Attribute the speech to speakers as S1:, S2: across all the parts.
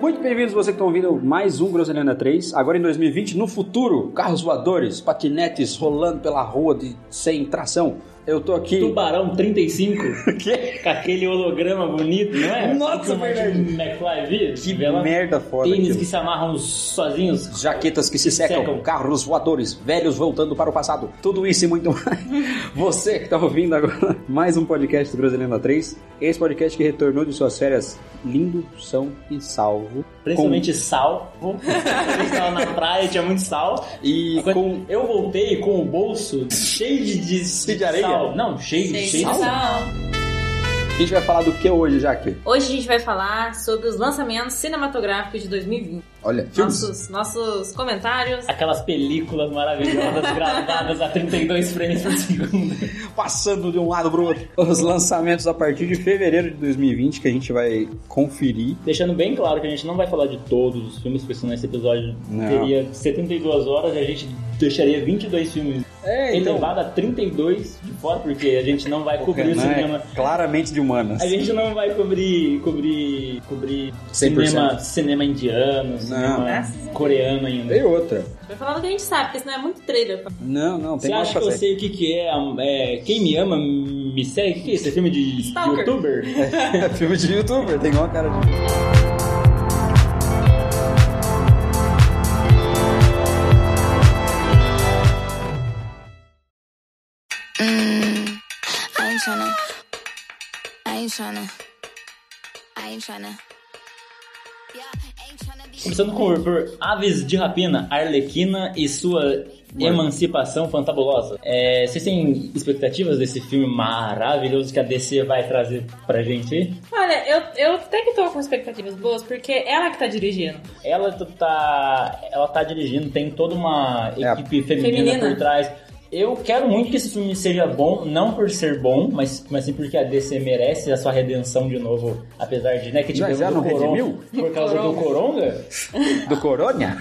S1: muito bem-vindos você que está ouvindo mais um Groselhanda 3. Agora em 2020, no futuro, carros voadores, patinetes rolando pela rua de, sem tração. Eu tô aqui.
S2: Tubarão 35,
S1: Que,
S2: com aquele holograma bonito, não é?
S1: Nossa, verdade.
S2: Martin McFly viu?
S1: que
S2: Vela.
S1: merda foda.
S2: Tênis
S1: aquilo.
S2: que se amarram sozinhos.
S1: Jaquetas que se secam,
S2: secam.
S1: carros voadores, velhos voltando para o passado, tudo isso e muito mais. Você que está ouvindo agora mais um podcast do Brasileiro 3, esse podcast que retornou de suas férias lindo, são e salvo.
S2: Principalmente sal. Eu estava na praia, tinha muito sal.
S1: Com- e
S2: Quando
S1: com
S2: Eu voltei com o bolso cheio de, de,
S1: de areia?
S2: sal. Não, cheio, cheio,
S3: Gente,
S2: de sal.
S3: então,
S1: a gente vai falar do que hoje, Jaque?
S3: Hoje a gente vai falar sobre os lançamentos cinematográficos de 2020.
S1: Olha, filmes.
S3: Nossos, nossos comentários.
S2: Aquelas películas maravilhosas gravadas a 32 frames por segundo.
S1: passando de um lado pro outro. Os lançamentos a partir de fevereiro de 2020 que a gente vai conferir.
S2: Deixando bem claro que a gente não vai falar de todos os filmes, porque senão esse episódio
S1: Não.
S2: teria 72 horas e a gente deixaria 22 filmes
S1: É,
S2: elevado a 32 de fora, porque a gente não então vai cobrir
S1: é?
S2: o cinema.
S1: né, claramente de humanas.
S2: A gente não vai cobrir cobrir cobrir
S1: 100%.
S2: cinema, cinema indiano, cinema
S3: Graças a Deus.
S2: coreano ainda.
S1: E outra.
S3: A gente vai falar do que a gente sabe, porque senão é muito trailer.
S1: Não, não, tem
S2: Você
S1: mais
S2: acha
S1: pra
S2: que eu
S1: sair.
S2: sei o que, que é, é, Quem me ama me segue? O que que é esse filme de
S3: Stalker.
S2: youtuber?
S1: É filme de youtuber, tem igual a cara de.
S4: I ain't tryna. I ain't tryna. I ain't tryna. Yeah, ain't tryna be.
S2: Começando com o- por Aves de Rapina, Arlequina e sua emancipação fantabulosa. É, vocês têm expectativas desse filme maravilhoso que a DC vai trazer pra gente aí?
S3: Olha, eu, eu até que tô com expectativas boas, porque ela que tá dirigindo.
S2: Ela t- tá, ela tá dirigindo, tem toda uma
S1: É.
S2: equipe feminina,
S3: Feminina.
S2: por trás. Eu quero muito que esse filme seja bom, não por ser bom, mas, mas sim porque a DC merece a sua redenção de novo, apesar de, né, que
S1: Já-
S2: tivemos
S1: já
S2: do
S1: não
S2: coron-
S1: redimiu?
S2: por causa do Coronga.
S1: Do Corona?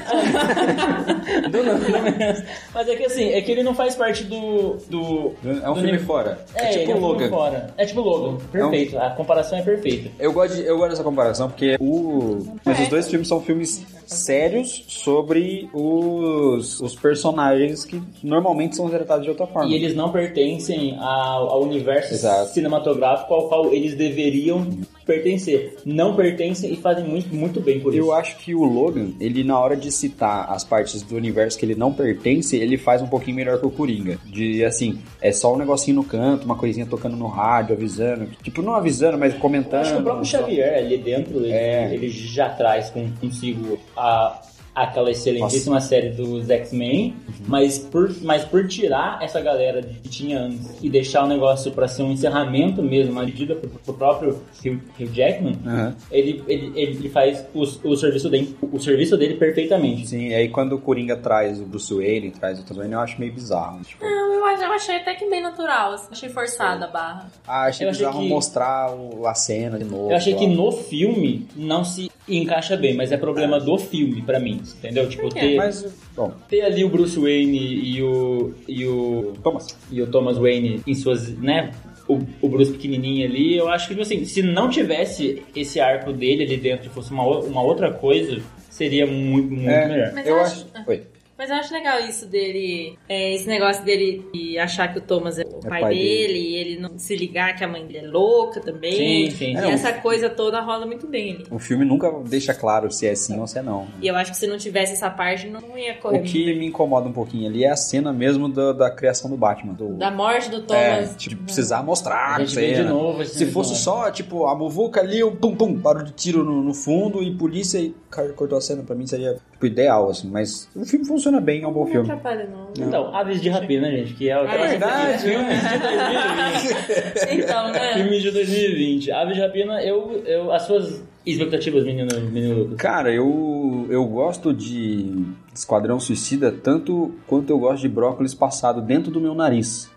S2: Do não, pelo menos. Mas é que assim, é que ele não faz parte do. do
S1: É um
S2: do
S1: filme
S2: nível-
S1: fora. É,
S2: É, ele
S1: tipo
S2: é um filme
S1: Logan. um
S2: fora. É tipo Logan. Perfeito. A comparação é perfeita.
S1: Eu gosto, de- eu gosto dessa comparação porque o. Mas os dois filmes são filmes sérios sobre os, os personagens que normalmente são retratados de outra forma.
S2: E eles não pertencem ao, ao universo
S1: Exato.
S2: cinematográfico ao qual eles deveriam pertencer. Não pertencem e fazem muito, muito bem por isso.
S1: Eu acho que o Logan, ele na hora de citar as partes do universo que ele não pertence, ele faz um pouquinho melhor que o Coringa. De assim, é só um negocinho no canto, uma coisinha tocando no rádio, avisando. Tipo, não avisando, mas
S2: Eu
S1: comentando.
S2: acho que o próprio Xavier ali dentro, ele,
S1: Ah, É.
S2: ele já traz com, consigo a, aquela excelentíssima série dos X-Men,
S1: Uhum.
S2: mas, por, mas por tirar essa galera de que tinha antes e deixar o negócio pra ser um encerramento mesmo, uma medida pro, pro próprio Hugh, Hugh Jackman,
S1: Aham.
S2: ele, ele, ele faz o, o, serviço dele, o serviço dele perfeitamente.
S1: Sim, aí quando o Coringa traz o Bruce Wayne, traz o Bruce Wayne, eu acho meio bizarro. Tipo,
S3: Não, eu, ach- eu achei até que bem natural. assim. Achei forçada a barra.
S1: ah, achei
S2: Eu achei
S1: bizarro
S2: que-
S1: mostrar o- a cena de novo.
S2: Eu achei que
S1: ó.
S2: no filme não se encaixa bem, mas é problema do filme pra mim, entendeu? Tipo,
S3: quê?
S2: ter,
S1: É, Mas, bom,
S2: ter ali o Bruce Wayne e o e o
S1: Thomas.
S2: e o Thomas Wayne em suas, né, o, o Bruce pequenininho ali, eu acho que tipo assim, se não tivesse esse arco dele ali dentro, fosse uma, o- uma outra coisa, seria muito muito
S1: É.
S2: melhor.
S3: Mas
S1: eu
S3: eu
S1: acho. Oi.
S3: Mas eu acho legal isso dele, é, esse negócio dele de achar que o Thomas é o
S1: É
S3: pai,
S1: pai
S3: dele,
S1: dele.
S3: e ele não se ligar que a mãe dele é louca também.
S2: Sim, sim.
S3: E
S1: É, um-
S3: essa coisa toda rola muito bem ali.
S1: O filme nunca deixa claro se é sim ou se é não.
S3: E eu acho que se não tivesse essa parte, não ia correr.
S1: O que me incomoda um pouquinho ali é a cena mesmo da, da criação do Batman. Do,
S3: Da morte do
S1: é,
S3: Thomas.
S1: tipo, precisar mostrar
S2: A
S1: a
S2: gente vê de
S1: Ah, cena.
S2: novo né? esse
S1: Se fosse
S2: negócio.
S1: só, tipo, a muvuca ali, um pum pum, barulho de tiro no, no fundo e polícia e cara, cortou a cena, pra mim seria tipo, ideal, assim. Mas o filme funciona bem, é um bom
S3: não tá me
S1: filme.
S3: atrapalha, não.
S2: Então, Aves de Rapina, gente, que é o
S3: É
S1: verdade. né?
S2: filme É. de 2020.
S3: Então, né?
S2: Filme de 2020. Aves de Rapina, eu, eu, as suas expectativas, menino, menino Lucas.
S1: Cara, eu, eu gosto de Esquadrão Suicida tanto quanto eu gosto de brócolis passado dentro do meu nariz.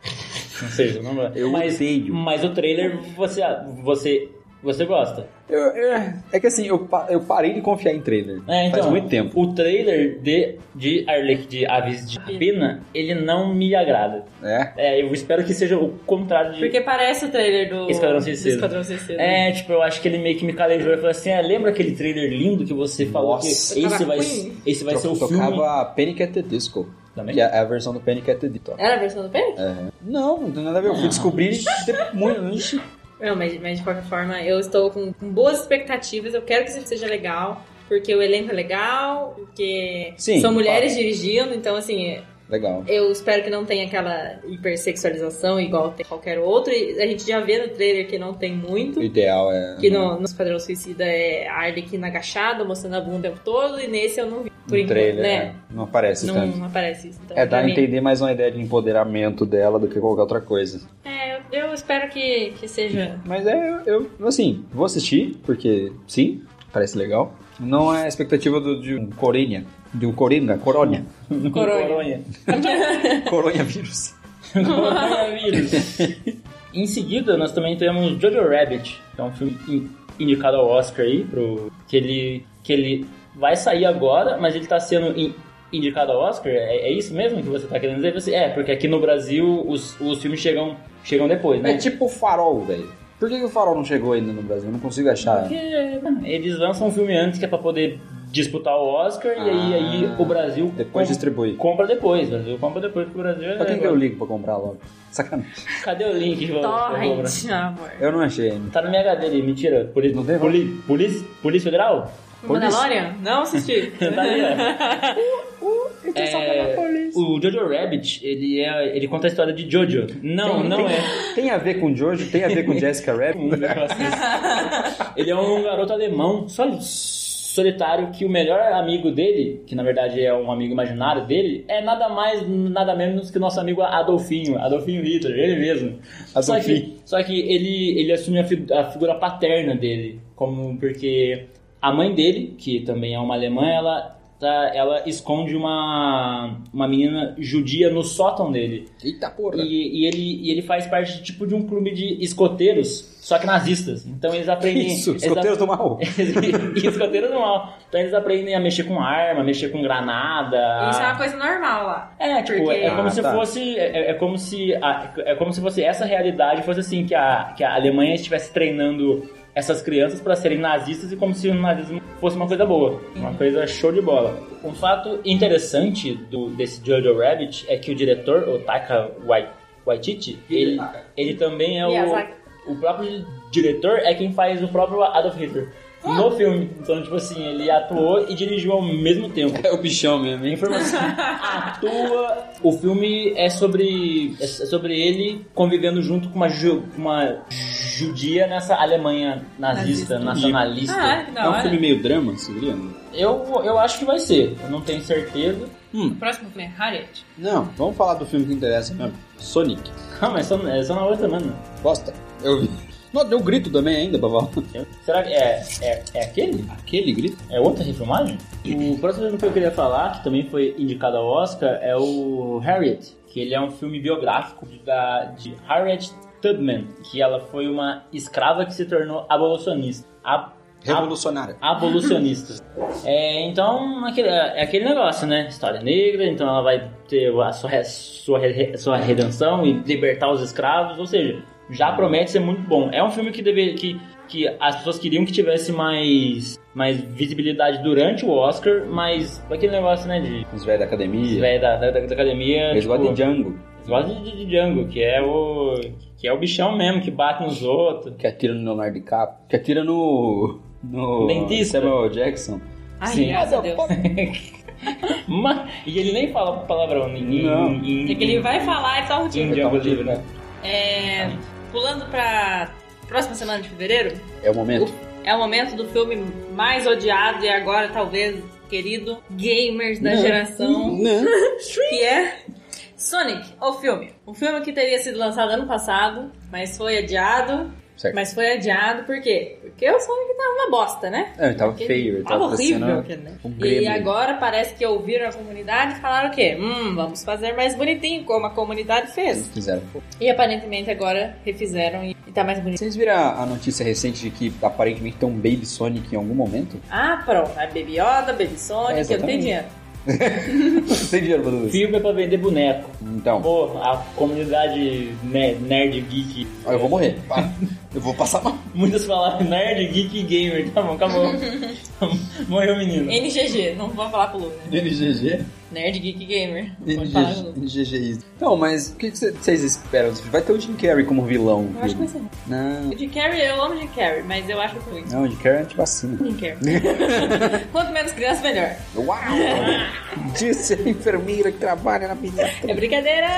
S2: Não sei, não vai.
S1: Eu
S2: mas,
S1: odeio.
S2: Mas o trailer, você, você Você gosta?
S1: Eu- é, é que assim, eu, pa- eu parei de confiar em trailer.
S2: É, então,
S1: Faz muito tempo.
S2: O trailer de, de Arlequim de Aves de Rapina, ele não me agrada.
S1: É.
S2: É, eu espero que seja o contrário de...
S3: Porque parece o trailer do
S2: Esquadrão
S3: do
S2: Suicida.
S3: Esquadrão Suicida.
S2: É, tipo, eu acho que ele meio que me calejou e falou assim: é, lembra aquele trailer lindo que você falou que
S1: Nossa,
S2: esse
S3: cara,
S2: vai,
S3: Queen.
S2: esse vai ser o
S1: Tocava
S2: filme?
S1: Panic at the Disco.
S2: Também?
S1: Que é a versão do Panic at the Disco. Ah.
S3: Era a versão do Panic?
S1: Não, não tem nada a ver. Eu fui descobrir de- muito. antes.
S3: Não, mas, mas de qualquer forma, eu estou com, com boas expectativas. Eu quero que isso seja legal, porque o elenco é legal, porque
S1: Sim,
S3: são mulheres
S1: claro.
S3: dirigindo, então assim,
S1: Legal.
S3: eu espero que não tenha aquela hipersexualização igual tem qualquer outro. E A gente já vê no trailer que não tem muito.
S1: O ideal é.
S3: Que no, no Esquadrão Suicida é a Arlequina agachada, mostrando a bunda o tempo todo, e nesse eu não vi. Por
S1: no
S3: enquanto,
S1: um trailer,
S3: né?
S1: né? Não aparece
S3: Não,
S1: tanto.
S3: não aparece isso. Então,
S1: É
S3: pra
S1: dar a
S3: mim-
S1: entender mais uma ideia de empoderamento dela do que qualquer outra coisa.
S3: É, eu, eu espero que, que seja.
S1: Mas é, eu, eu, assim, vou assistir, porque sim, parece legal. Não é a expectativa do, de um Corinha. De um Coringa, Coronha.
S2: Coronha.
S1: Coronha vírus.
S2: Coronavírus. em seguida, nós também temos Jojo Rabbit, que é um filme in- indicado ao Oscar aí, pro, que, ele, que ele vai sair agora, mas ele tá sendo in- indicado ao Oscar? É, é isso mesmo que você tá querendo dizer? Você- é, porque aqui no Brasil os, os filmes chegam, chegam depois, né?
S1: É tipo o farol, velho. Por que, que o farol não chegou ainda no Brasil? Eu não consigo achar.
S2: Porque eles lançam um filme antes que é pra poder disputar o Oscar e aí,
S1: Ah.
S2: aí o Brasil
S1: Depois
S2: com-
S1: distribui.
S2: compra depois. O Brasil compra depois porque o Brasil é.
S1: Pra quem que eu ligo pra comprar logo? Sacanagem.
S2: Cadê o link que eu- que eu compro?
S3: Torrent, amor.
S1: Eu não achei ainda.
S2: Tá no minha HD ali, mentira. Poli,
S1: Não tem
S2: poli, polícia, polícia Federal?
S3: Mandalorian? Não assisti.
S2: Tá ali, ó. Uh, É,
S1: polícia.
S2: o Jojo Rabbit, ele, é, ele conta a história de Jojo. Não,
S1: Tem-
S2: não
S1: tem-
S2: é.
S1: Tem a ver com Jojo? Tem a ver com Jessica
S2: Um
S1: Rabbit?
S2: negócio desse. ele é um garoto alemão soli- solitário que o melhor amigo dele, que na verdade é um amigo imaginário dele, é nada mais, nada menos que nosso amigo Adolfinho, Adolfinho Hitler, ele mesmo. Só que,
S1: Adolfinho.
S2: só que ele, ele assume a, fi- a figura paterna dele, como porque a mãe dele, que também é uma alemã, ela tá- ela esconde uma, uma menina judia no sótão dele.
S1: Eita porra.
S2: E, e ele, e ele faz parte tipo de um clube de escoteiros, só que nazistas. Então eles aprendem.
S1: Isso,
S2: eles
S1: escoteiros do mal.
S2: e escoteiros não. ó. Então eles aprendem a mexer com arma, mexer com granada.
S3: Isso é uma coisa normal lá.
S2: É, tipo,
S3: Porque-
S2: é, é como
S1: Ah,
S2: se
S1: tá.
S2: fosse. É, é como se. a- é como se fosse essa realidade fosse assim, que a, que a Alemanha estivesse treinando essas crianças para serem nazistas e como se o nazismo fosse uma coisa boa, uma coisa show de bola. Um fato interessante do, desse Jojo Rabbit é que o diretor, o Taika Wai- Waititi, ele, ele também é o,
S3: Miyazaki.
S2: o próprio diretor é quem faz o próprio Adolf Hitler. No filme. Então, tipo assim, ele atuou e dirigiu ao mesmo tempo.
S1: É o bichão mesmo, hein?
S2: Informação. Atua. O filme é sobre é sobre ele convivendo junto com uma ju- com uma judia nessa Alemanha nazista,
S3: Nazista.
S2: nacionalista.
S3: Ah, que da
S1: É um
S3: hora.
S1: filme meio drama, você diria? não?
S2: Eu eu acho que vai ser. Eu não tenho certeza.
S3: O próximo filme é Harriet.
S1: Não, vamos falar do filme que interessa mesmo. Sonic.
S2: Ah, mas só, é só na outra semana.
S1: Bosta. Eu vi. Não, deu grito também ainda, Baval.
S2: Será que é é, é aquele?
S1: Aquele grito?
S2: É outra refilmagem? O próximo filme que eu queria falar, que também foi indicado ao Oscar, é o Harriet, que ele é um filme biográfico de, da, de Harriet Tubman, que ela foi uma escrava que se tornou abolicionista. A- a-
S1: Revolucionário.
S2: abolicionista. É, então, aquele- é aquele negócio, né? História negra, então ela vai ter a sua, re- sua, re- sua redenção e libertar os escravos, ou seja, já promete ser muito bom. É um filme que, deve, que, que as pessoas queriam que tivesse mais, mais visibilidade durante o Oscar, mas aquele negócio, né, de
S1: Ah, Os velhos da
S2: os
S1: academia.
S2: velhos da, da, da academia...
S1: Eles
S2: tipo,
S1: gostam de Django,
S2: eles gostam de, de Django, que é o... Que é o bichão mesmo, que bate nos outros.
S1: que atira no Leonardo DiCaprio, que atira no. No.
S2: Dentista.
S1: Samuel Jackson.
S3: Ai,
S2: Sim.
S3: graças a Deus.
S2: Mas- e ele nem fala palavrão. Em,
S1: Não.
S2: em-
S3: É que ele vai falar e tá um
S2: Em
S3: dia.
S2: Django Livre, né?
S3: É, pulando pra próxima semana de fevereiro,
S1: É o momento.
S3: é o momento do filme mais odiado e agora talvez querido gamers da
S1: Não.
S3: geração,
S1: Não.
S3: que é Sonic, o filme. Um filme que teria sido lançado ano passado, mas foi adiado.
S1: Certo.
S3: Mas foi adiado por quê? Porque o Sonic tava uma bosta, né?
S1: É, ele tava
S3: Porque
S1: feio, ele tava
S3: tava horrível
S1: parecendo
S3: aquele, né?
S1: um
S3: E
S1: gremlin.
S3: agora parece que ouviram a comunidade e falaram o quê? Hum, vamos fazer mais bonitinho, como a comunidade fez.
S1: Fizeram.
S3: E aparentemente agora refizeram e tá mais bonito.
S1: Vocês viram a a notícia recente de que aparentemente tem um Baby Sonic em algum momento?
S3: Ah, pronto. É Baby Yoda, Baby
S1: É,
S3: Sonic, eu não
S1: exatamente.
S3: tenho dinheiro.
S1: Sem dinheiro pra tudo isso.
S2: Filme é pra vender boneco.
S1: Então,
S2: Pô, a comunidade ne- nerd geek.
S1: ó, eu vou morrer. Para. Eu vou passar mal.
S2: Muitas falaram nerd, geek e gamer. Tá bom, acabou. Morreu o menino.
S3: NGG, não vou falar pro Lu, né?
S1: NGG.
S3: Nerd Geek Gamer. Não pode falar pro Lu.
S1: NGG. Então, mas o que que cê- vocês esperam? Vai ter o Jim Carrey como vilão.
S3: Eu acho que
S1: filho.
S3: vai ser ruim.
S1: Não.
S3: O Jim Carrey, eu amo o Jim Carrey, mas eu acho ruim.
S1: Não, o Jim Carrey é antivacina.
S3: Jim Carrey. Quanto menos criança, melhor.
S1: Uau! Disse a enfermeira que trabalha na pediatria.
S3: É brincadeira!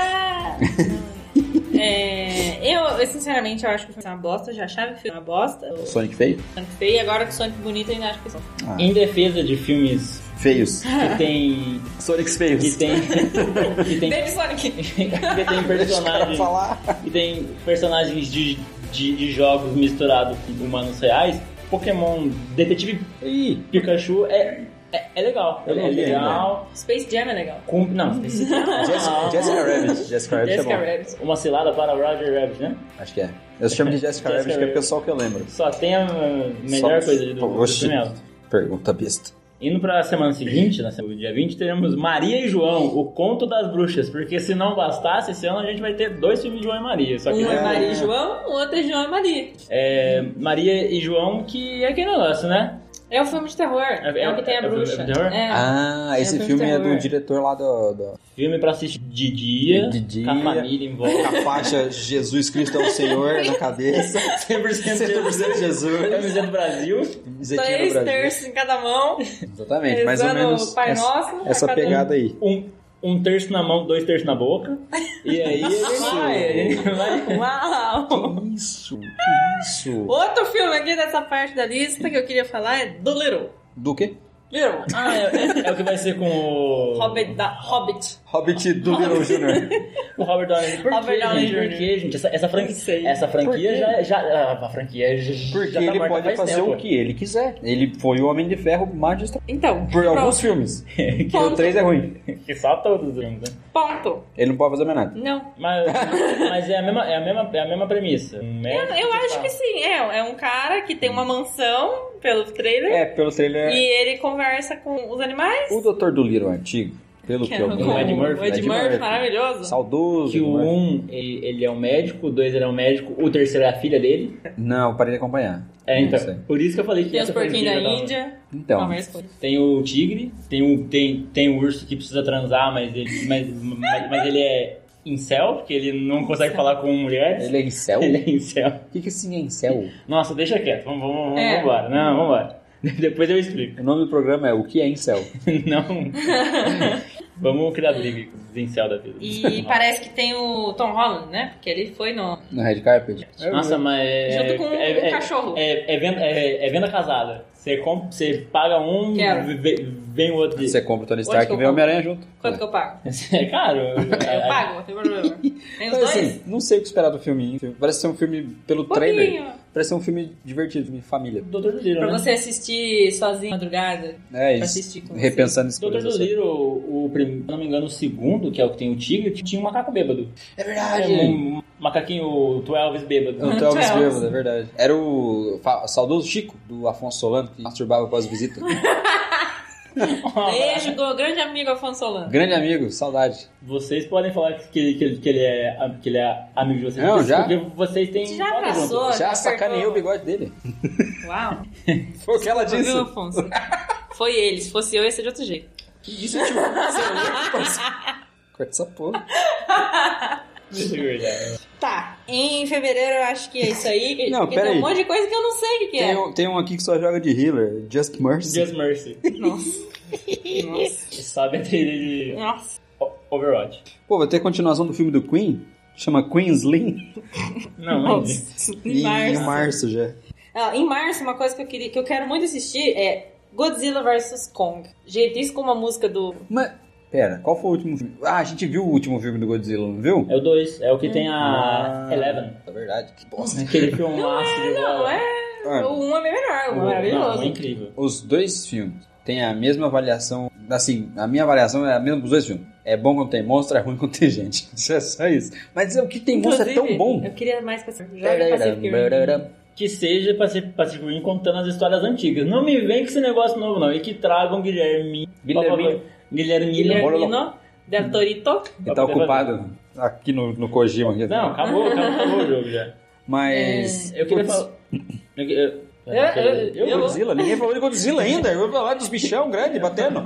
S3: É, eu, eu, sinceramente, eu acho que foi uma bosta. Eu já achava que foi uma bosta. O
S1: Sonic feio?
S3: Sonic feio, e agora com o Sonic é bonito, eu ainda acho que foi.
S2: Em defesa de filmes
S1: Feios.
S2: que tem.
S1: Sonics
S2: que
S1: feios.
S2: tem. que tem.
S3: Baby Sonic!
S2: que tem
S1: Deixa o cara
S2: personagens.
S1: falar.
S2: que tem personagens de, de, de jogos misturados com humanos reais, Pokémon Detetive
S1: Ih,
S2: Pikachu é, é, é legal.
S1: Eu não
S2: é
S1: vi
S2: legal.
S3: Space Jam é legal.
S2: Cumpre, não, precisa.
S1: Jessica, Jessica Rabbit. Jessica Rabbit
S3: Jessica
S1: é bom.
S3: Rabbit.
S2: Uma cilada para Roger Rabbit, né?
S1: Acho que é. Eu chamo de Jessica Rabbit porque é o pessoal que eu lembro.
S2: Só tem a melhor
S1: Só-
S2: coisa do, do
S1: Oxi.
S2: filme. ela.
S1: Pergunta besta.
S2: Indo pra semana seguinte, na semana dia 20, teremos Maria e João, o conto das bruxas. Porque se não bastasse, esse ano a gente vai ter dois filmes de João e Maria. Só que
S3: Um é
S1: É.
S3: Maria e João, o outro é João e Maria.
S2: é, Maria e João, que é aquele negócio, né?
S3: É o filme de terror. É, o que tem
S2: é
S3: a
S2: o filme
S3: bruxa.
S2: de terror?
S3: É.
S1: Ah, esse
S3: É um filme
S1: filme é
S3: terror.
S1: do diretor lá do, do-
S2: Filme pra assistir de dia,
S1: De dia.
S2: com a família em volta.
S1: Com a faixa Jesus Cristo é o Senhor na cabeça.
S2: 100%
S1: 100% Jesus.
S2: Camiseta do Brasil.
S3: É.
S1: Camisetinha do
S3: Dois
S1: Brasil.
S3: terços em cada mão,
S1: Exatamente, mais ou
S3: rezando
S1: menos
S3: o É Pai
S1: essa,
S3: Nosso. a
S1: essa
S3: cada um.
S1: pegada aí.
S2: Um, um terço na mão, dois terços na boca. E aí ele vai, ele vai.
S3: Uau!
S1: Que Isso, que isso.
S3: Outro filme aqui dessa parte da lista que eu queria falar é Dolittle.
S1: Do quê?
S3: Little.
S2: Ah, é, é o que vai ser com o.
S3: Hobbit. Da, Hobbit.
S1: Hobbit do Little Jr.
S2: O Robert Downey Jr. Por
S3: Robert
S2: quê,
S3: Downey
S2: gente? Por
S3: Jr.
S2: quê, gente? Essa, essa
S3: Não
S2: franquia,
S3: sei.
S2: essa
S1: Por
S2: franquia
S1: quê?
S2: já, já. A franquia já.
S1: Porque
S2: já tá
S1: ele
S2: morta
S1: pode
S2: faz
S1: fazer
S2: tempo.
S1: o que ele quiser. Ele foi o Homem de Ferro magistral.
S3: Então,
S1: Por
S3: pronto.
S1: alguns filmes. que
S3: Ponto.
S1: o 3 é ruim.
S2: Que só todos os filmes, né?
S3: Ponto.
S1: Ele não pode fazer mais nada.
S3: Não.
S2: Mas, mas é, a mesma, é, a mesma, é a mesma premissa. Um
S3: Eu,
S2: médico
S3: eu acho
S2: fala-
S3: que sim. É, é um cara que tem uma mansão, pelo trailer,
S1: É, pelo trailer.
S3: e ele conversa com os animais.
S1: O Doutor do Little antigo, pelo que,
S3: Que é
S1: eu
S3: o-
S1: me
S2: o Ed
S1: lembro,
S2: Murphy.
S3: O Ed
S1: Ed
S3: Murphy,
S1: Murphy.
S3: maravilhoso.
S1: Saudoso.
S2: Que o
S1: Ed Murphy.
S2: um, ele, ele é um médico, o dois, ele é um médico, o terceiro é a filha dele.
S3: um-
S1: Não, eu parei de acompanhar.
S2: É,
S1: Não
S2: então,
S1: sei.
S2: por isso que eu falei que
S3: Tem os
S2: essa
S3: porquinhos da
S2: franquia tá-
S3: Índia.
S1: Então,
S3: Não, mas foi.
S2: Tem o tigre, tem o, tem, tem o urso que precisa transar, mas ele, mas, mas, mas ele é incel, porque ele não consegue falar com mulheres.
S1: ele é incel?
S2: Ele é incel.
S1: O que que esse incel?
S2: Nossa, deixa quieto, vamos, vamos, vamos
S3: É.
S2: embora. Não, vamos embora. Depois eu explico.
S1: O nome do programa é O que é incel?
S2: Não. vamos criar briga com os incel da vida.
S3: E parece que tem o Tom Holland, né? Porque ele foi no.
S1: No Red Carpet?
S2: Nossa, mas. é-
S3: Junto com
S2: é-
S3: o
S2: é-
S3: cachorro.
S2: É, é venda, é, é venda casada. Você, compra, você paga um,
S3: Quero.
S2: ve- vem o outro.
S1: Você compra o Tony
S3: Onde
S1: Stark
S3: que
S1: e
S3: eu
S1: vem o
S3: compro?
S1: Homem-Aranha junto.
S3: Quanto que eu pago?
S2: É caro.
S3: Eu pago, não tem problema. Tem
S1: Mas,
S3: os dois?
S1: assim, não sei o que esperar do filme. Parece ser um filme, pelo trailer,
S3: Pouquinho.
S1: parece ser um filme divertido, filme família.
S2: Doutor Doliro,
S3: Pra
S2: né?
S3: você assistir sozinho madrugada.
S1: É
S3: Pra
S1: isso.
S3: assistir com você.
S1: Repensando isso.
S2: Doutor Doliro, o, o prim- se não me engano, o segundo, que é o que tem o tigre, que tinha um macaco bêbado.
S1: É
S2: É
S1: verdade.
S2: um macaquinho 12 bêbado.
S1: O Elvis
S3: Elvis.
S1: Bêbado, é verdade. Era o fa- saudoso Chico, do Afonso Solano, que masturbava após visita.
S3: Beijo, go- grande amigo Afonso Solano.
S1: Grande amigo, saudade.
S2: Vocês podem falar que, ele- que, ele- que ele é, que ele é amigo de vocês.
S1: Não,
S2: porque-
S1: já?
S2: Porque vocês têm.
S3: Você já
S2: foto junto.
S3: abraçou?
S1: Já
S3: apertou.
S1: sacaneei o bigode dele.
S3: Uau.
S1: Foi o que ela disse.
S3: Viu, Afonso? Foi ele. Se fosse eu, ia ser de outro jeito.
S1: Que isso, tio? Você olhou e falou, Corta essa porra.
S2: Deixa eu guardar.
S3: Tá. Em fevereiro eu acho que é isso aí.
S1: Não,
S3: porque
S1: pera
S3: tem
S1: aí.
S3: um monte de coisa que eu não sei o que, que é.
S1: Tem um, tem um aqui que só joga de healer, Just Mercy.
S2: Just Mercy.
S3: Nossa.
S2: Sabe a trilha de
S3: Nossa.
S2: O- Overwatch.
S1: Pô, vai ter continuação do filme do Queen, chama Queen's Lin.
S2: Não, mas.
S3: Nossa.
S1: E
S3: Em março.
S1: Em março já.
S3: Ah, em março, uma coisa que eu, queria, que eu quero muito assistir é Godzilla vs. Kong. Gente, isso com uma música do...
S1: Mas, pera, qual foi o último filme? Ah, a gente viu o último filme do Godzilla, não viu?
S2: É o 2. É o que tem a Eleven.
S1: É verdade, que bosta.
S2: Aquele filmaço de
S3: Não, é...
S1: Ah,
S3: O um é bem melhor, o um é
S2: Não,
S3: maravilhoso.
S2: é incrível.
S1: os dois filmes tem a mesma avaliação. Assim, a minha avaliação é a mesma dos dois filmes. É bom quando tem monstro, é ruim quando tem gente. Isso é só isso. Mas o que tem monstro é tão
S3: Inclusive,
S1: bom.
S3: Eu queria mais Pacific Rim. Joga Pacific Rim.
S2: Que seja Pacific Pacific Rim contando as histórias antigas. Não me vem com esse negócio novo, não. E que tragam Guilherme.
S1: Guilherminho.
S2: Guilherminho.
S3: Guilhermino Del Torito.
S1: Ele tá ocupado aqui no, no Kojima. Aqui.
S2: Não, acabou, acabou, acabou o jogo já.
S1: Mas.
S2: Eu queria
S1: Putz,
S2: falar. Eu, eu,
S3: É, eu-
S2: eu-
S3: eu-
S1: Godzilla, ninguém falou de Godzilla ainda. Eu vou falar dos bichão grande batendo.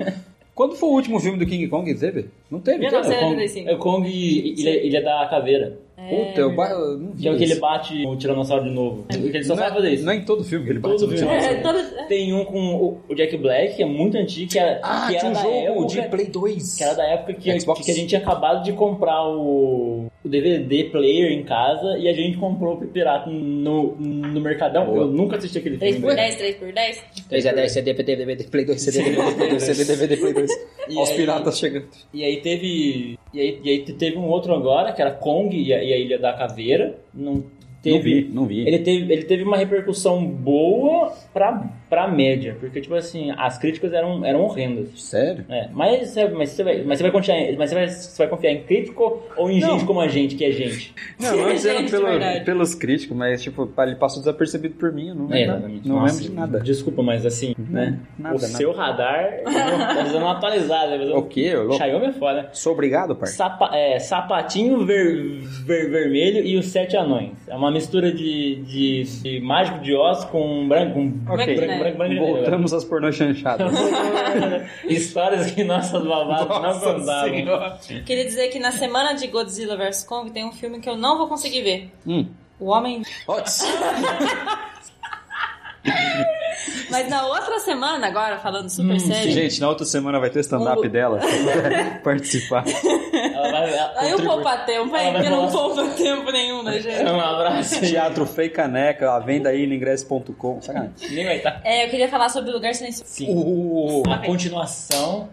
S1: Quando foi o último filme do King Kong que teve? Não teve.
S2: É o Kong-
S3: 1985.
S2: É o Kong, ele, ele é da caveira.
S1: Puta, eu, ba- eu não vi.
S2: Que é o que ele
S1: isso.
S2: bate o Tiranossauro de novo. Que ele só
S1: não,
S2: sabe fazer isso.
S1: Não é em todo filme que ele bate.
S2: Todo
S1: no
S2: filme.
S1: tiranossauro.
S3: É, todo-
S2: Tem um com o- o Jack Black, que é muito antigo, que era,
S1: Ah,
S2: que era
S1: tinha um
S2: da
S1: jogo
S2: época,
S1: de Play 2.
S2: que era da época que,
S1: Xbox.
S2: que a gente tinha acabado de comprar o, o DVD player em casa e a gente comprou o pirata no, no Mercadão.
S1: Boa.
S2: Eu nunca assisti aquele
S3: 3
S2: filme.
S3: por 10, 3 por 10.
S1: 3 a 10, CD, DVD, DVD, Play 2, CD, DVD, Play 2, CD, DVD, Play 2.
S2: E
S1: Olha os
S2: aí-
S1: piratas chegando.
S2: E aí teve. E aí, e aí teve um outro agora, que era Kong e a, e a Ilha da Caveira. Não teve.
S1: não vi.
S2: Ele teve, ele teve uma repercussão boa pra, pra média, porque, tipo assim, as críticas eram, eram horrendas.
S1: Sério?
S2: É, mas, você- mas, você vai, mas, você vai confiar, em- mas você, vai, você vai confiar em crítico ou em
S1: Não.
S2: gente como a gente, que é gente?
S1: Não, não dizendo
S3: Gente,
S1: pelo-
S3: verdade.
S1: pelos críticos, mas tipo, pá, ele passou desapercebido por mim. eu Não,
S2: É,
S1: lembro-
S2: exatamente.
S1: não
S2: Nossa,
S1: lembro de nada.
S2: Desculpa, mas assim, né?
S1: nada,
S2: o
S1: nada.
S2: seu radar tá dando uma atualizada. mas eu-
S1: O quê? Eu louco?
S2: Xiaomi é foda.
S1: Sou obrigado, parça.
S2: Sapa- é, sapatinho ver- ver- vermelho e os sete anões. É uma mistura de, de, de mágico de Oz com branco. Com branco,
S1: Ok.
S2: branco, branco, branco,
S1: Voltamos às pornôs chanchadas.
S2: Histórias que nossas babadas
S1: Nossa
S2: não contavam.
S1: Senhora.
S3: Queria dizer que na semana de Godzilla vs Kong tem um filme que eu não vou conseguir ver.
S1: Hum.
S3: O Homem.
S1: Otis.
S3: Mas na outra semana, agora falando super
S2: Hum,
S3: sério.
S1: Gente, na outra semana vai ter stand-up
S3: Um-
S1: dela. Quem quiser participar.
S2: Ela vai- ela-
S3: Aí o poupa tempo,
S2: Ela
S3: aí
S2: vai
S3: que não
S2: falar-
S3: poupa tempo nenhum, né, gente?
S2: Um abraço.
S1: Teatro Fei Caneca, a venda aí no ingresso.com. Sacanagem.
S2: Nem vai estar.
S3: É, eu queria falar sobre o Lugar Silencioso.
S2: Sim.
S1: Uh,
S2: A continuação.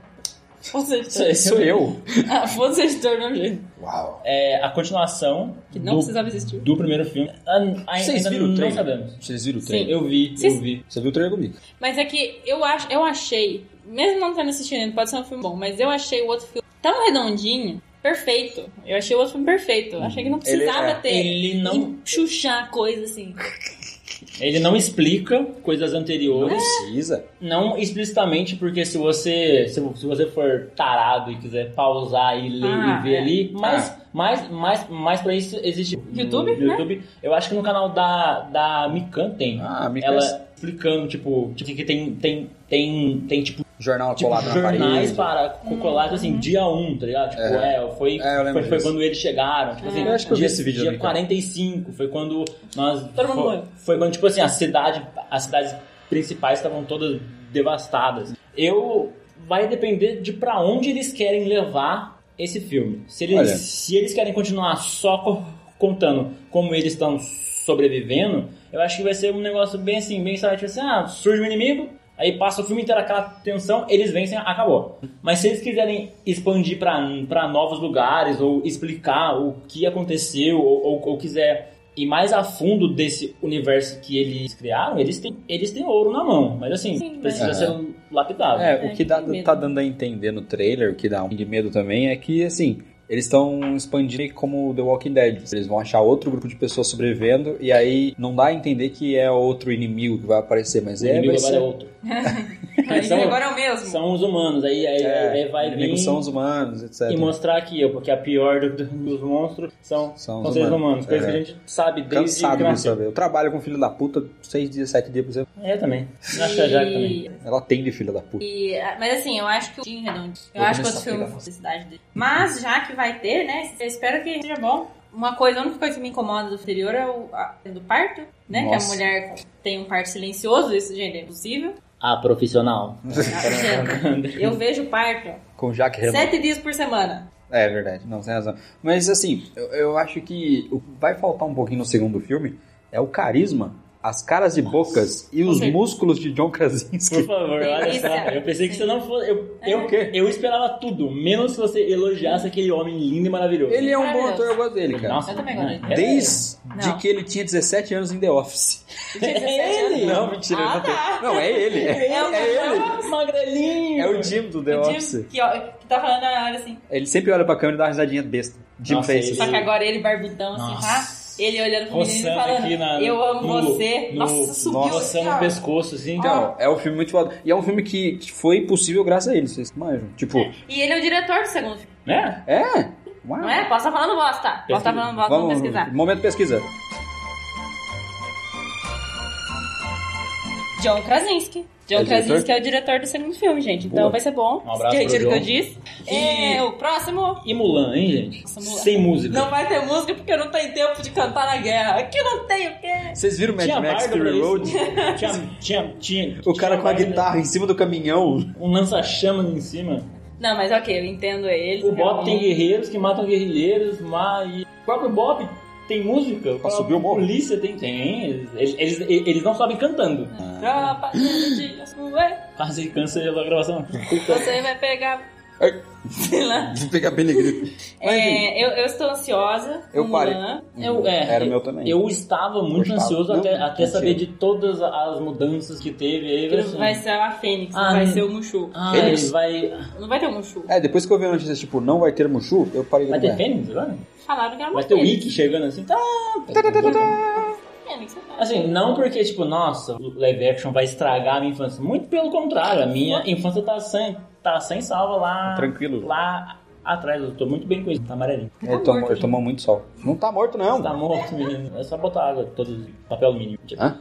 S3: Você se
S2: Sim.
S1: sou eu.
S3: tornou- Você se tornou gente.
S1: Uau.
S2: É, a continuação
S3: Que não
S2: do,
S3: precisava existir.
S2: do primeiro filme. A- a-
S1: Vocês
S2: ainda
S1: viram o
S2: não
S1: trailer?
S2: sabemos.
S1: Vocês viram o
S3: Sim.
S1: trailer?
S2: Eu vi,
S3: Vocês-
S2: eu vi.
S1: Você viu o trailer comigo?
S3: Mas é que eu, acho, eu achei, mesmo não tendo assistido ainda, pode ser um filme bom, mas eu achei o outro filme tão redondinho, perfeito. Eu achei o outro filme perfeito. Eu achei que não
S1: Ele-
S3: precisava
S1: é,
S3: ter.
S2: ele não-
S3: Chuchar coisa assim.
S2: Ele não explica coisas
S1: Não
S2: anteriores.
S1: precisa.
S2: Não explicitamente, porque se você se, se você for tarado e quiser pausar e ler
S3: Ah,
S2: e ver
S3: é.
S2: ali, mas, mas, mas, mas pra isso existe no
S3: YouTube, né?
S2: YouTube. Eu acho que no canal da, da Mikan tem.
S1: Ah, me
S2: ela
S1: fez
S2: explicando, tipo, tipo, que tem, tem, tem, tem tipo,
S1: jornal
S2: tipo
S1: Tá colado na
S2: jornais
S1: parede.
S2: para
S3: Hum,
S2: colar, assim,
S3: uhum.
S2: dia 1, tá ligado? Tipo,
S1: É.
S2: é, foi,
S1: É, eu lembro
S2: foi, foi
S1: disso.
S2: quando eles chegaram.
S3: É.
S2: Tipo assim,
S1: Eu acho que eu vi
S2: dia,
S1: esse vídeo
S2: dia
S1: também, cara.
S2: 45, foi quando nós.
S3: Todo mundo
S2: foi,
S3: morreu.
S2: foi quando, tipo assim, a cidade, as cidades principais estavam todas devastadas. Eu. Vai depender de pra onde eles querem levar esse filme. Se eles,
S1: Olha.
S2: se eles querem continuar só co- contando como eles estão sobrevivendo, eu acho que vai ser um negócio bem assim, bem sabe, tipo assim, ah, surge um inimigo, aí passa o filme inteiro aquela tensão, eles vencem, acabou. Mas se eles quiserem expandir pra pra novos lugares, ou explicar o que aconteceu, ou, ou, ou quiser ir mais a fundo desse universo que eles criaram, eles têm, eles têm ouro na mão. Mas assim,
S3: Sim,
S2: precisa
S1: mas-
S2: ser lapidado.
S1: É,
S3: É,
S1: o que dá-
S3: tem medo.
S1: tá dando a entender no trailer, o que dá um de medo também, é que, assim, eles estão expandindo como The Walking Dead. Eles vão achar outro grupo de pessoas sobrevivendo, e aí não dá a entender que é outro inimigo que vai aparecer, mas
S2: O
S1: é. vai
S2: inimigo agora
S1: ser-
S2: é outro.
S3: Mas
S2: são-
S3: agora é o mesmo.
S2: São os humanos, aí, aí,
S1: É,
S2: aí vai vir
S1: inimigos são os humanos, etc.
S2: e mostrar aqui, ó, porque a pior do- do- dos monstros são,
S1: São
S2: são,
S1: os
S2: seres
S1: humanos.
S2: humanos. coisa
S1: É.
S2: que a gente sabe desde que
S1: Cansado disso,
S2: nasceu.
S1: sabe? Eu trabalho com filho da puta seis dias, sete dias por exemplo.
S2: É, também. Acho que a Jaque também.
S3: E-
S1: Ela tem de filho da puta.
S3: e- mas assim, eu acho que o Jim Redondo. Eu
S1: Vou
S3: acho que
S1: começar
S3: outro filme
S1: a pegar.
S3: foi felicidade dele. Mas já que vai ter, né? Eu espero que seja bom. Uma coisa, a única coisa que me incomoda do anterior é o a- do parto, né?
S1: Nossa.
S3: Que a mulher tem um parto silencioso, isso, gente, é impossível.
S2: A profissional.
S3: Eu vejo parto
S1: com Jack Renan.
S3: sete dias por semana.
S1: É verdade, não, tem razão. Mas assim, eu, eu acho que o que vai faltar um pouquinho no segundo filme é o carisma, as caras e bocas e os
S3: certeza.
S1: músculos de John
S2: Por
S1: Krasinski.
S2: favor, olha só.
S3: Delícia.
S2: Eu pensei que você não fosse. Eu,
S3: É.
S2: eu, eu esperava tudo, menos que você elogiasse aquele homem lindo e maravilhoso.
S1: Ele é um bom
S3: Maravilhoso.
S1: ator, eu gosto dele, cara.
S2: Nossa,
S3: Eu também gosto
S2: né?
S3: dele.
S2: É-
S1: Desde de que ele tinha 17 anos em The Office.
S3: Tinha 17 anos.
S2: Ele?
S1: Não, mentira,
S3: Ah,
S1: não tem.
S3: tá.
S1: Não, é ele. É,
S3: É o-
S1: ele.
S2: Magrelinho!
S1: É o Jim do The
S3: O Jim,
S1: Office.
S3: que, ó, que tá falando na hora assim.
S1: Ele sempre olha pra câmera e dá uma risadinha besta. Jim
S2: Nossa, é
S1: Faces.
S3: Só que agora ele, barbudão, assim, tá?
S2: Nossa.
S3: Ele olhando pro menino e
S2: Roçando
S3: falando:
S2: aqui na.
S3: Eu amo
S2: no-
S3: você.
S2: no-
S3: Nossa, subiu.
S1: nossa,
S2: Roçando o
S3: cara.
S2: pescoço, assim.
S1: Então, é um filme muito foda. E é um filme que, que foi possível graças a ele, vocês manjam. Tipo,
S3: E ele é o diretor do segundo filme,
S2: Né?
S1: é? Uau.
S3: não é? Posso estar falando bosta. Posso estar falando bosta, vamos pesquisar.
S1: Momento pesquisa.
S3: John Krasinski. John
S1: É o diretor?
S3: Krasinski é o diretor do segundo filme, gente. Então
S1: Boa.
S3: vai ser bom.
S2: Um abraço
S3: Eu retiro
S2: pro
S3: o que eu
S2: John.
S3: disse.
S2: E-
S3: É, o próximo.
S2: E Mulan, hein, gente?
S3: Nossa, Mulan.
S2: Sem música.
S3: Não vai ter música porque não tem tempo de cantar na guerra. Aqui não tem o quê?
S1: Vocês viram Mad
S2: tinha
S1: Max
S2: barba pra
S1: Fury
S2: isso.
S1: Road?
S2: Tinha, tinha, tinha.
S1: O cara
S2: tinha
S1: com a
S2: barba,
S1: guitarra em cima do caminhão.
S2: Um lança-chama em cima.
S3: Não, mas ok, eu entendo ele.
S2: O Bop tem
S3: realmente.
S2: guerreiros que matam guerrilheiros, mas. O próprio Bop tem música.
S1: Pra
S2: A
S1: subir o morro.
S2: polícia tem. Tem. Eles, eles, eles não sobem cantando.
S3: É. Tropa, de sua,
S2: Ah, você cansa da gravação.
S3: você vai pegar.
S1: Ai.
S3: Sei lá.
S1: Vou pegar peligrito. Mas, enfim.
S3: É, eu, eu estou ansiosa.
S1: Eu
S3: com
S1: parei.
S3: Mulan.
S2: Eu, é,
S1: Era o meu também.
S2: Eu estava muito
S1: Gostava.
S2: ansioso até,
S1: Não,
S2: até
S1: não
S2: saber
S1: sei.
S2: de todas as mudanças que teve. Aí vai
S3: Ele
S2: assim,
S3: vai ser a Fênix,
S2: Ah,
S3: não vai
S2: não.
S3: ser o Mushu. É,
S2: Ah, ele
S1: Eles?
S2: vai.
S3: Não vai ter o Mushu.
S1: É, depois que eu vi a notícia, tipo, não vai ter Mushu, eu parei de
S2: Vai ter
S1: lembrar.
S2: Fênix agora?
S3: Falaram que era uma
S2: Vai ter o
S3: Tá Fênix.
S2: Wiki chegando assim. Tá,
S3: Fênix, né?
S2: Assim, não porque, tipo, nossa, o live action vai estragar a minha infância. Muito pelo contrário, a minha infância tá sem, tá sem salva lá.
S1: Tranquilo.
S2: Lá atrás, eu tô muito bem com isso, tá amarelinho.
S1: Ele tomou, ele tomou muito sol. Não tá morto, não.
S2: Tá morto, menino. É só botar água, todo papel alumínio. Tipo,
S1: Hã?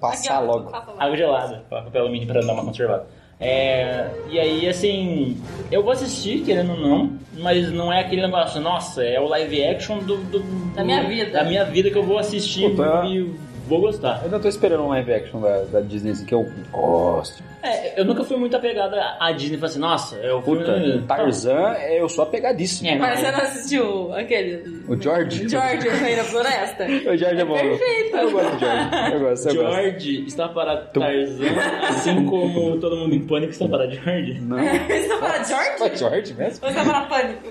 S1: Passar
S3: Aqui, ó,
S1: logo.
S3: passa logo.
S2: água gelada, papel alumínio pra dar uma conservada. É, e aí, assim, eu vou assistir, querendo ou não, mas não é aquele negócio, nossa, é o live action do, do-
S3: Da minha vida.
S2: Da minha vida que eu vou assistir
S1: Puta.
S2: e vou gostar.
S1: Eu ainda tô esperando um live action da, da Disney assim, que eu gosto.
S2: É, eu nunca fui muito apegado à Disney. Falei assim, nossa, é o
S1: Puta,
S2: filme...
S1: Tarzan, eu sou apegadíssimo.
S2: É, não,
S3: Mas você não assistiu aquele.
S1: O George?
S3: George, o Rei da Floresta?
S1: O George é bom.
S3: Perfeito.
S1: Eu gosto do George. Eu gosto, eu gosto.
S2: George está para Tarzan, assim como todo mundo em pânico está para George.
S1: Não.
S3: Você tá falando George?
S1: É George mesmo?
S3: Ou você tá falando Pânico?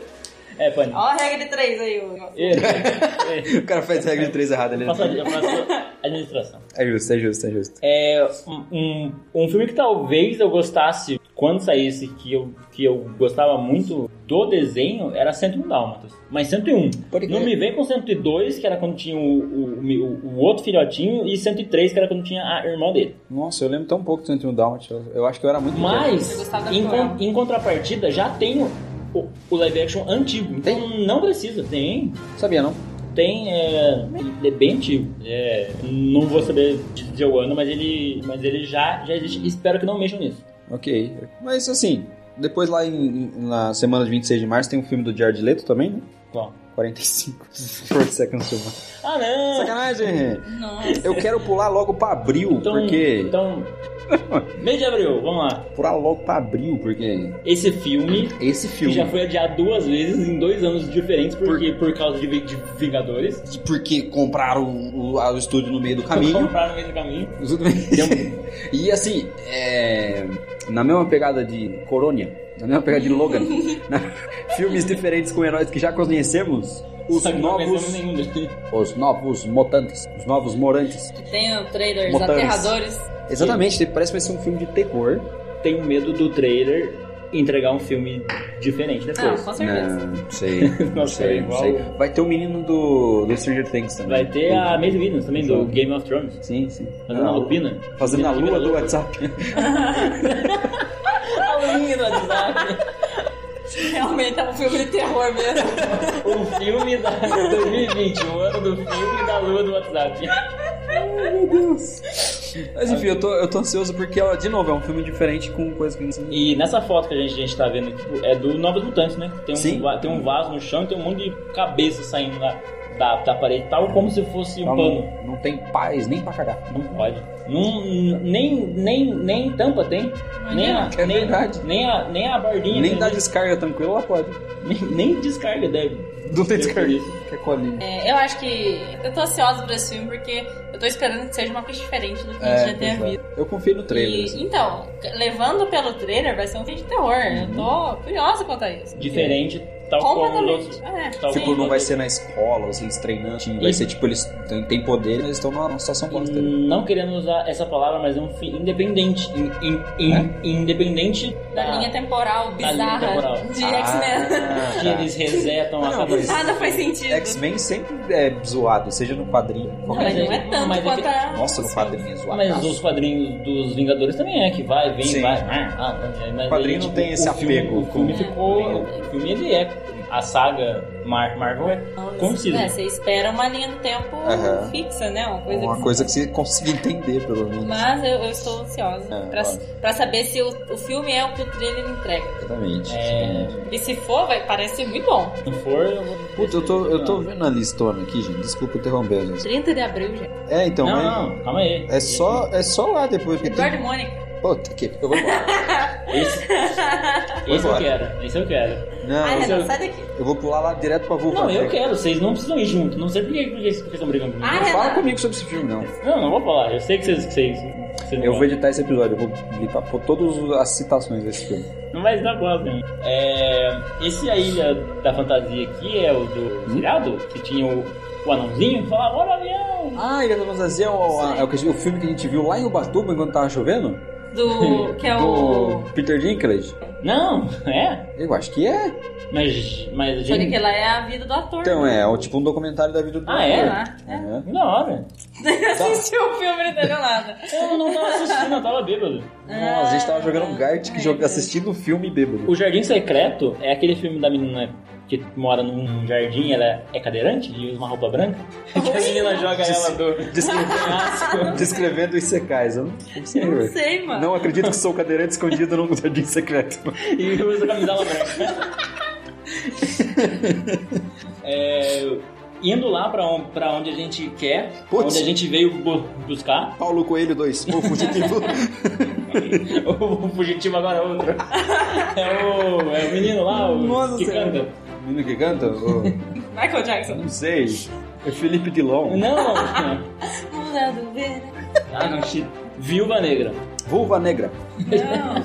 S2: É, pânico.
S3: Olha a regra de três aí, o negócio.
S2: É, é, é.
S1: O cara faz regra de três errada ali. né?
S2: Eu faço- eu faço administração.
S1: É justo, é justo, é justo.
S2: É um, um- um filme que talvez eu gostasse quando saísse, que eu, que eu gostava muito do desenho, era 101 Dálmatas. Mas 101.
S1: Pode crer.
S2: Não me vem com 102, que era quando tinha o, o, o- o outro filhotinho, e 103, que era quando tinha a irmã dele.
S1: Nossa, eu lembro tão pouco do 101 Dalmat. Eu, eu acho que eu era muito pequeno.
S3: Eu
S2: Mas,
S3: gostava da
S2: em,
S3: Cruella.
S2: con- em contrapartida, já tem o, o- o live action antigo. Então não precisa. Tem.
S1: Sabia, não?
S2: Tem. É, ele é bem antigo. É, não vou saber dizer o ano, mas ele, mas ele já, já existe. Espero que não mexam nisso.
S1: Ok. Mas assim, depois lá em- em- na semana de 26 de março tem um filme do Jared Leto também, né?
S2: Qual?
S1: 45. 40 seconds to Mars.
S2: Ah, não!
S1: Sacanagem!
S3: Nossa.
S1: Eu quero pular logo pra abril,
S2: Então,
S1: porque...
S2: então, mês de abril, vamos lá.
S1: Pular logo pra abril, porque...
S2: Esse filme,
S1: Esse
S2: que
S1: filme...
S2: já foi adiado duas vezes em dois anos diferentes, porque por causa de, de Vingadores.
S1: Porque compraram o, o- a- o estúdio no meio do caminho.
S2: Compraram no meio do caminho.
S1: Os outros- e assim, é, na mesma pegada de Corônia, na mesma pegada de Logan, na- filmes diferentes com heróis que já conhecemos, os
S2: Só que não
S1: novos,
S2: conhecemos nenhum deles.
S1: os novos mutantes, os novos morantes.
S3: Tem o trailer Os
S1: Mutantes.
S3: Aterradores.
S1: Exatamente, parece que vai ser um filme de terror.
S2: Tenho medo do trailer entregar um filme diferente
S3: Ah,
S2: depois.
S3: com
S1: É né.
S3: certeza.
S1: Não sei, não
S2: Nossa,
S1: sei,
S2: é
S1: não
S2: igual-
S1: sei. Vai ter o menino do, do Stranger Things também.
S2: Vai ter a Maisie Williams também, do
S1: Exato.
S2: Game of Thrones.
S1: Sim, sim.
S2: Fazendo a Lupina.
S1: Ah, Fazendo a lua do WhatsApp.
S3: Tá
S2: A Lupina do WhatsApp.
S3: Realmente é um filme de terror mesmo.
S2: O Um filme da 2020, o ano um, do filme da lua do WhatsApp.
S1: Mas enfim, eu tô, eu tô ansioso porque, ó, de novo, é um filme diferente com coisas que a gente
S2: E nessa foto que a gente, a gente tá vendo aqui, é do Novos Mutantes, né? Tem um,
S1: Sim.
S2: va- tem um vaso no chão e tem um monte de cabeça saindo lá da, da parede, tal como se fosse
S1: Tá
S2: um pano.
S1: não, não tem paz nem pra cagar.
S2: Não pode. Não, nem, nem, nem tampa tem. Nem a,
S1: É
S2: nem,
S1: verdade.
S2: nem a, nem a bardinha.
S1: Nem
S2: tem,
S1: dá
S2: né?
S1: descarga tranquilo, ela pode.
S2: nem, nem descarga deve.
S1: Não tem
S2: Deve
S1: descarga.
S2: ter isso.
S1: Que é colinho.
S3: É, eu acho que. Eu tô ansiosa pra esse filme porque eu tô esperando que seja uma coisa diferente do que a
S1: É,
S3: gente já tenha
S1: pois é.
S3: visto.
S1: Eu confio no trailer.
S3: E,
S1: assim.
S3: então, levando pelo trailer, vai ser um filme de terror. Eu tô curiosa quanto a isso.
S2: Diferente Tal qual os outros.
S3: Completamente. É,
S2: Tal
S3: sim.
S2: qual
S1: Tipo, não vai ser na escola, ou se eles treinando. time.
S2: E-
S1: Vai ser tipo, eles têm- têm poder, mas estão numa numa situação bosta. né?
S2: Hum, Não querendo usar essa palavra, mas é um filme independente. In- in-
S1: É?
S2: in- Independente
S3: Da linha temporal
S2: linha
S3: bizarra
S2: temporal.
S3: de
S1: Ah,
S3: X-Men.
S1: tá.
S2: que eles resetam a
S1: Não,
S2: cada
S1: mas-
S3: Nada faz sentido.
S1: X-Men sempre é zoado, seja no quadrinho.
S3: Não,
S1: qualquer
S3: mas não é assim.
S2: Mas
S3: tanto
S2: é que-
S3: quanto a...
S1: Nossa, no quadrinho é zoado.
S2: Mas os quadrinhos dos Vingadores também é que vai, vem,
S1: Sim.
S2: vai. Ah, ah, mas
S1: O quadrinho
S2: aí,
S1: não
S2: tipo,
S1: tem esse
S2: o filme-
S1: apego.
S2: o
S3: É.
S2: filme ficou. O filme ele é. A saga Mar Marvel é contida.
S3: É, você espera uma linha do tempo
S1: Aham.
S3: fixa, né? Uma coisa,
S1: É Uma
S3: que-
S1: coisa que você consiga entender, pelo menos.
S3: Mas eu, eu estou ansiosa
S1: É,
S3: pra,
S1: claro.
S3: pra saber se o, o filme é o que o trailer entrega.
S1: Exatamente.
S2: É,
S3: E se for, vai parecer muito bom.
S2: se não for, eu vou.
S1: Puta, eu tô, eu tô vendo a listona aqui, gente. Desculpa interromper, gente.
S3: 30 de abril, gente.
S1: É, então,
S2: não,
S1: mas-
S2: não, calma aí.
S1: É só, é só lá depois que
S3: Eduardo
S1: tem.
S3: e Mônica.
S1: Puta que. Eu vou embora.
S2: Esse, esse eu
S1: embora.
S2: quero, esse eu quero.
S1: Não,
S3: Ai,
S1: eu-
S3: Renan,
S2: eu-
S3: sai daqui.
S1: eu vou pular lá direto pra Vulva.
S2: Não, eu quero, vocês não precisam ir junto. Não sei por que por que vocês estão brigando comigo.
S3: Ah,
S1: Não fala
S3: Renan.
S1: comigo sobre esse filme, não.
S2: Não, não vou falar, eu sei que vocês. Que vocês, que vocês não
S1: Eu vou
S2: gostam.
S1: editar esse episódio, eu vou limpar por todas as citações desse filme.
S2: Mas não gosto, né? É, esse A Ilha da Fantasia aqui é o do
S1: Hum?
S2: Tirado, que tinha o, o anãozinho, que falava: Olha o avião!
S1: Ah, Ilha da Fantasia é o,
S3: Sim.
S1: é o que- o filme que a gente viu lá em Ubatuba enquanto tava chovendo?
S3: Do. Que é
S1: do
S3: o.
S1: Peter Dinklage?
S2: Não, é?
S1: Eu acho que é.
S2: Mas. mas a
S3: Só que
S2: gente,
S3: aquela é a vida do ator.
S1: Então é, é o- tipo um documentário da vida do.
S2: Ah, é?
S1: ator.
S3: É.
S1: Aham.
S2: Da hora.
S1: Tá.
S3: Assistiu o filme, não entendeu nada.
S2: Eu não tava assistindo, eu tava bêbado.
S1: Nossa, a gente tava jogando Gartic, joga- assistindo o filme bêbado.
S2: O Jardim Secreto é aquele filme da menina que mora num jardim, ela é cadeirante e usa uma roupa branca. que a menina joga ela do.
S1: Descre- Descrevendo os secais, eu não não sei,
S3: Não
S1: velho.
S3: sei, mano.
S1: Não acredito que sou cadeirante escondido num jardim secreto.
S2: e usa camisola branca. É, indo lá pra, on- pra onde a gente quer,
S1: Putz.
S2: onde a gente veio bu- buscar.
S1: Paulo Coelho 2, o fugitivo.
S2: o fugitivo agora é outro. É o, é o menino lá, o
S1: Nossa
S2: que
S1: Senhora.
S2: canta.
S1: Menino que canta? Ô,
S3: Michael Jackson.
S1: não sei. É Felipe Dilon.
S2: Não,
S3: Mulher do Verde.
S2: ah, não, chi- Viúva Negra.
S1: Vulva Negra.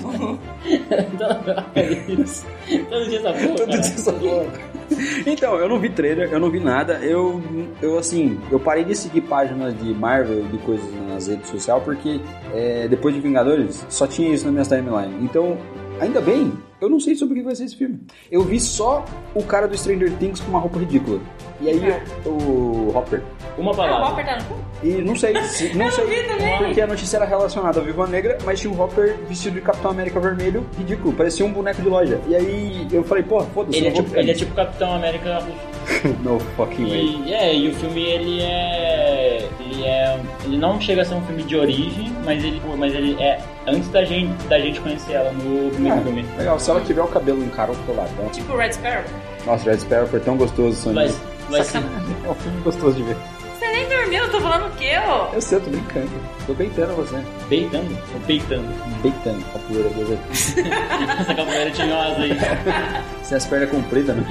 S3: Não.
S2: Todo dia essa porra,
S1: Todo
S2: cara.
S1: dia essa porra. É. Então, eu não vi trailer, eu não vi nada. Eu, eu assim, eu parei de seguir páginas de Marvel e de coisas nas redes sociais porque é, depois de Vingadores só tinha isso na minha timeline. Então, ainda bem, eu não sei sobre o que vai ser esse filme. Eu vi só o cara do Stranger Things com uma roupa ridícula. E aí o Hopper.
S2: Uma
S3: Ah, o
S2: palavra.
S3: Hopper tá no cu?
S1: E não sei, se- não sei.
S3: vi também.
S1: Porque a notícia era relacionada à Viúva Negra, mas tinha um Hopper vestido de Capitão América Vermelho, ridículo, parecia um boneco de loja. E aí eu falei, porra, foda-se,
S2: Ele é,
S1: eu vou
S2: tipo,
S1: ficar
S2: ele é
S1: nisso.
S2: tipo Capitão América russo.
S1: No fucking way.
S2: E, é, e o filme ele é, ele é. Ele não chega a ser um filme de origem, mas ele, mas ele é antes da gente, da gente conhecer ela no primeiro
S1: Ah.
S2: filme.
S1: Legal, se ela tiver o cabelo encarocolado. né?
S3: Tipo o Red Sparrow.
S1: Nossa, Red Sparrow foi tão gostoso,
S2: Vai,
S1: Sonia.
S2: vai ser.
S1: É um filme gostoso de ver.
S3: Nem dormiu, eu tô falando o quê, ô?
S1: Eu sei, eu tô brincando. Tô peitando você.
S2: Beitando? Ou peitando?
S1: Beitando, capoeira, quer ver?
S2: Essa capoeira tinhosa aí.
S1: Você tem as pernas compridas, né?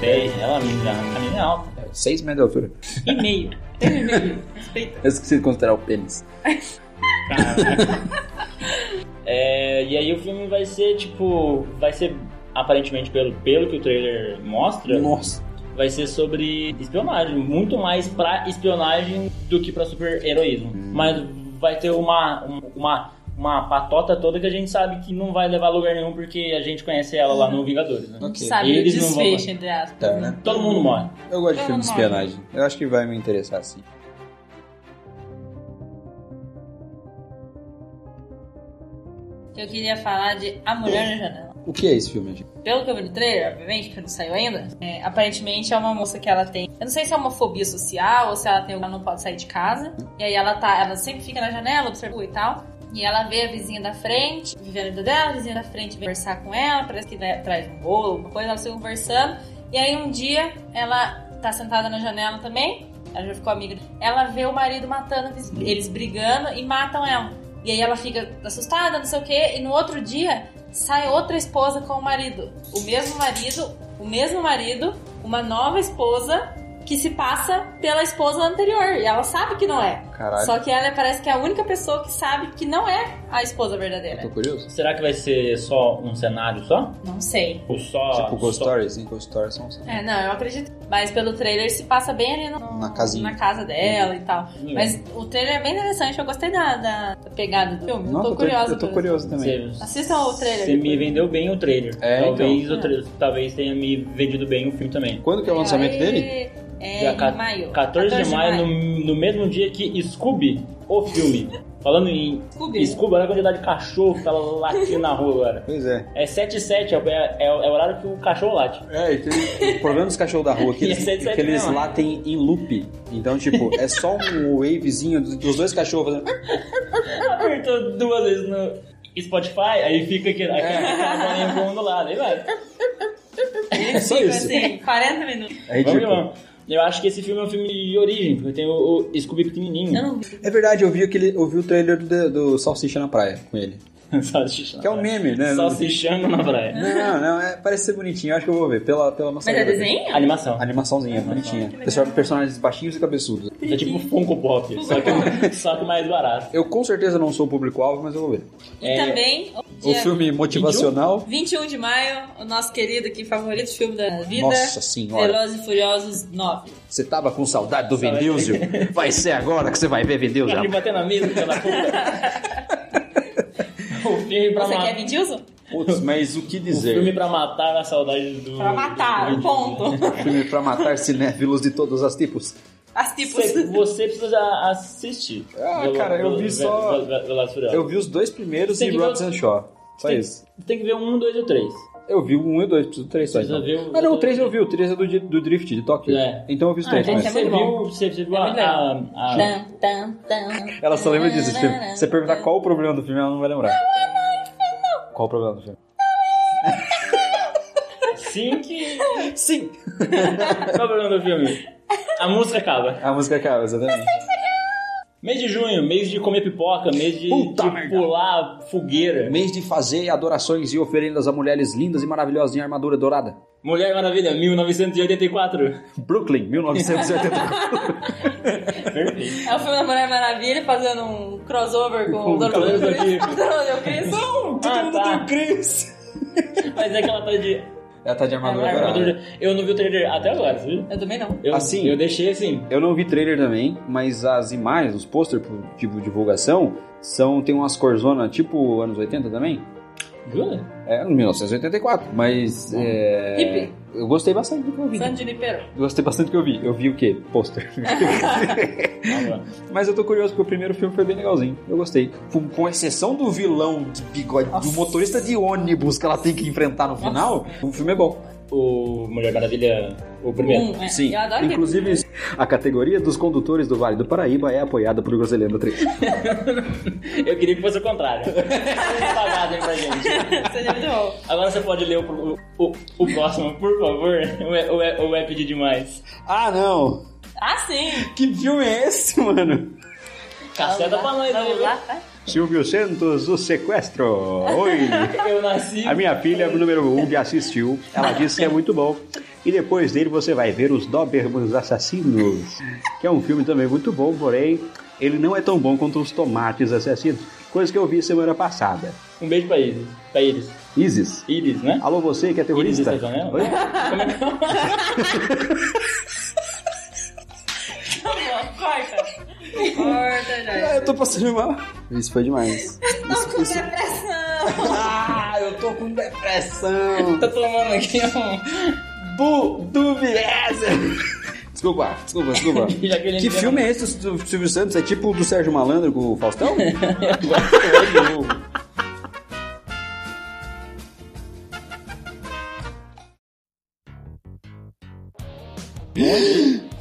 S2: Tem, É, ela me dá uma caminha alta.
S1: É, Seis metros de altura.
S2: E meio.
S1: Eu esqueci de considerar o pênis.
S2: Caraca. É, e aí o filme vai ser tipo. Vai ser aparentemente pelo, pelo que o trailer mostra.
S1: Nossa.
S2: vai ser sobre espionagem, muito mais pra espionagem do que pra super heroísmo.
S1: Hum.
S2: Mas vai ter uma, um, uma, uma patota toda que a gente sabe que não vai levar a lugar nenhum porque a gente conhece ela lá no Vingadores, né?
S1: Ok.
S3: Sabe
S2: Eles
S3: o
S2: não vão
S3: desfecho,
S2: falar.
S3: entre aspas.
S1: Tá, né?
S2: Todo mundo morre.
S1: Eu gosto de
S3: Eu
S1: filme de
S3: não
S1: espionagem. Eu acho que vai me interessar, sim.
S3: Eu queria falar de A Mulher na Janela.
S1: O que é esse filme, gente?
S3: Pelo que eu vi no trailer, obviamente, porque não saiu ainda, é, aparentemente é uma moça que ela tem. Eu não sei se é uma fobia social ou se ela tem. Ela não pode sair de casa. E aí ela tá. Ela sempre fica na janela, observa e tal. E ela vê a vizinha da frente, vivendo a vida dela, a vizinha da frente vem conversar com ela, parece que né, traz um bolo, alguma coisa, elas ficam conversando. E aí um dia ela tá sentada na janela também, ela já ficou amiga. Ela vê o marido matando, a vizinha, eles brigando e matam ela. E aí ela fica assustada, não sei o quê, e no outro dia sai outra esposa com o marido. O mesmo marido, o mesmo marido, uma nova esposa que se passa pela esposa anterior. E ela sabe que não é.
S1: Caralho.
S3: Só que ela parece que é a única pessoa que sabe que não é a esposa verdadeira.
S1: Tô curioso.
S2: Será que vai ser só um cenário só?
S3: Não sei.
S2: Ou só.
S1: tipo Ghost
S2: só-
S1: Stories, hein? Ghost Stories são...
S3: É, não, eu acredito. Mas pelo trailer se passa bem ali no-
S1: Na casinha.
S3: na casa dela e tal.
S2: um
S3: Mas o trailer é bem interessante, eu gostei da, da- da pegada do filme.
S1: Nossa,
S3: tô curiosa.
S1: Eu tô
S3: por-
S1: curioso também.
S2: Você-
S3: Assistam o trailer.
S2: Você me vendeu bem o trailer.
S1: É,
S2: talvez,
S3: então.
S2: o tra- talvez tenha me vendido bem o filme também.
S1: Quando que é o lançamento
S3: Aí
S1: dele?
S3: É
S2: Dia
S3: em
S2: ca-
S3: maio.
S2: 14 de maio, no, no mesmo dia que Scooby, o filme. Falando em
S3: Scooby.
S2: Scooby, olha a quantidade de cachorro que tá latindo na rua agora.
S1: Pois é.
S2: É 7 e 7, é, é, é o horário que o cachorro late.
S1: É, e tem- o problema dos cachorros da rua é que
S2: E
S1: eles,
S2: esse é de
S1: é que eles
S2: sete não, né?
S1: latem em loop. Então, tipo, é só um wavezinho dos- dos dois cachorros fazendo.
S2: Apertou duas vezes no Spotify, aí fica aquele, aquele aquela bolinha voando do lado, aí vai.
S1: É só
S3: Tipo
S1: isso.
S3: assim, 40 minutos.
S1: É
S2: Vamos que
S1: ridículo.
S2: vamos. Eu acho que esse filme é um filme de origem, porque tem o, o Scooby
S3: Eu
S2: pequenininho.
S3: não vi.
S1: É verdade, eu vi, aquele, eu vi o trailer do, do Salsicha na praia com ele.
S2: Salsichão.
S1: Que é um meme, né?
S2: Salsichando na praia.
S1: Não, não, é, parece ser bonitinho. Eu acho que eu vou ver. Pela, pela nossa
S3: Ah. Mas é
S1: vida.
S3: desenho? Ah,
S2: Animação.
S1: Animaçãozinha, bonitinha. Pessoal- Personagens baixinhos e cabeçudos.
S2: É tipo Funko Pop, só que, só que mais barato.
S1: Eu com certeza não sou o público-alvo, mas eu vou ver.
S3: E
S2: É.
S3: também,
S1: O
S3: dia
S1: filme motivacional.
S3: 21 de maio, o nosso querido aqui, favorito filme da vida.
S1: Nossa senhora.
S3: Velozes e Furiosos 9.
S1: Você tava com saudade do Vin Diesel? Vai ser agora que você vai ver Vin Diesel.
S2: Ele bater na mesa, filha da puta. o filme pra,
S3: Você
S2: ma-
S3: quer um? Vin Diesel?
S1: Putz, mas o que
S2: o filme pra matar a saudade do. né?
S3: Pra matar,
S2: do-
S3: ponto.
S1: Filme pra matar cinéfilos de todos os tipos.
S3: As tipos.
S2: Você, você precisa assistir.
S1: Ah, cara, eu vi
S2: Velo-
S1: só-
S2: Velo- Velo- Velozes e Furiosos.
S1: Eu vi os dois primeiros
S2: Tem
S1: e
S2: que ver
S1: Robson
S2: o-
S1: and Shaw. Só
S2: tem,
S1: isso.
S2: Tem que ver o 1, 2 e o 3.
S1: Eu vi o 1 e o 2, preciso do 3 só.
S2: Precisa
S1: Então.
S2: ver o-
S1: Ah, não, o 3 eu vi, o 3 é do, di- do Drift, de Tóquio.
S2: É.
S1: Então eu vi os
S3: Ah,
S1: 3.
S3: então
S1: mas...
S3: você-
S2: Você
S3: muito
S2: viu,
S3: bom.
S2: você, você viu
S3: É
S2: a,
S3: muito É.
S2: a, a-
S3: Tan, tan, tan.
S1: Ela só lembra disso, tipo, você perguntar qual o problema do filme, ela não vai lembrar. Qual o problema do filme?
S2: Sim que.
S1: Sim!
S2: Qual é o problema do filme? A música acaba.
S1: A música acaba, exatamente.
S2: Mês de junho, mês de comer pipoca, mês de,
S1: Puta
S2: de
S1: merda.
S2: pular fogueira.
S1: Mês de fazer adorações e oferendas a mulheres lindas e maravilhosas em armadura dourada.
S2: Mulher Maravilha, 1984.
S1: Brooklyn, 1984.
S2: Perfeito.
S3: É o filme da Mulher Maravilha fazendo um crossover com o Dr.
S2: Cavaleiro
S3: Cruz.
S2: Zodíaco.
S3: Dr. Cruz.
S1: Não,
S2: todo mundo tem o
S1: Chris.
S2: Mas é que ela tá de.
S1: tá. Ela tá de armadura dourada.
S2: É, armadura- Eu não vi o trailer até agora, você viu?
S3: Eu também não.
S2: Eu,
S1: Assim?
S2: Eu deixei assim.
S1: Eu não vi trailer também, mas as imagens, os pôster pro- tipo divulgação, são tem umas corzonas tipo anos 80 também.
S2: Jura?
S1: É, 1984, mas é,
S3: Hippie.
S1: eu gostei bastante do que eu vi.
S3: San Junipero.
S1: Gostei bastante do que eu vi. Eu vi o quê? Pôster.
S2: Tá bom.
S1: mas eu tô curioso porque o primeiro filme foi bem legalzinho. Eu gostei. Com, com exceção do vilão de bigode, do motorista de ônibus que ela tem que enfrentar no final, o filme é bom.
S2: O Mulher Maravilha, o primeiro.
S3: Um, é.
S1: Sim.
S3: Eu adoro aquele
S1: Inclusive, a categoria dos condutores do Vale do Paraíba é apoiada por Groselhando 3.
S2: Eu queria que fosse o contrário. Vocês pagassem pra gente.
S3: Seja muito bom.
S2: Agora você pode ler o, o, o- o próximo, por favor. Ou é, ou é- ou é pedir demais?
S1: ah, não!
S3: Ah, sim!
S1: Que filme é esse, mano?
S2: Caceta pra nós,
S3: Vamos
S2: né?
S3: lá, vai.
S1: Silvio Santos, o sequestro. Oi.
S2: Eu nasci.
S1: A minha filha, número um, que assistiu. Ela disse que é muito bom. E depois dele você vai ver Os Dobermans Assassinos, que é um filme também muito bom, porém ele não é tão bom quanto Os Tomates Assassinos, coisa que eu vi semana passada.
S2: Um beijo pra Iris. Pra Iris.
S1: Isis,
S2: Iris, né?
S1: alô você que é
S2: Iris,
S1: terrorista.
S2: você tá vendo?
S1: Oi?
S3: Tá bom, corta. Corta, já.
S1: É, eu tô passando mal. Isso foi demais.
S3: Tô com depressão.
S1: Ah, eu tô com depressão.
S2: Tá tomando aqui um.
S1: Bu, duviesa. Desculpa, desculpa, desculpa.
S2: Já que ele
S1: que
S2: entendeu.
S1: filme é esse do Silvio Santos? É tipo o do Sérgio Malandro com o Faustão?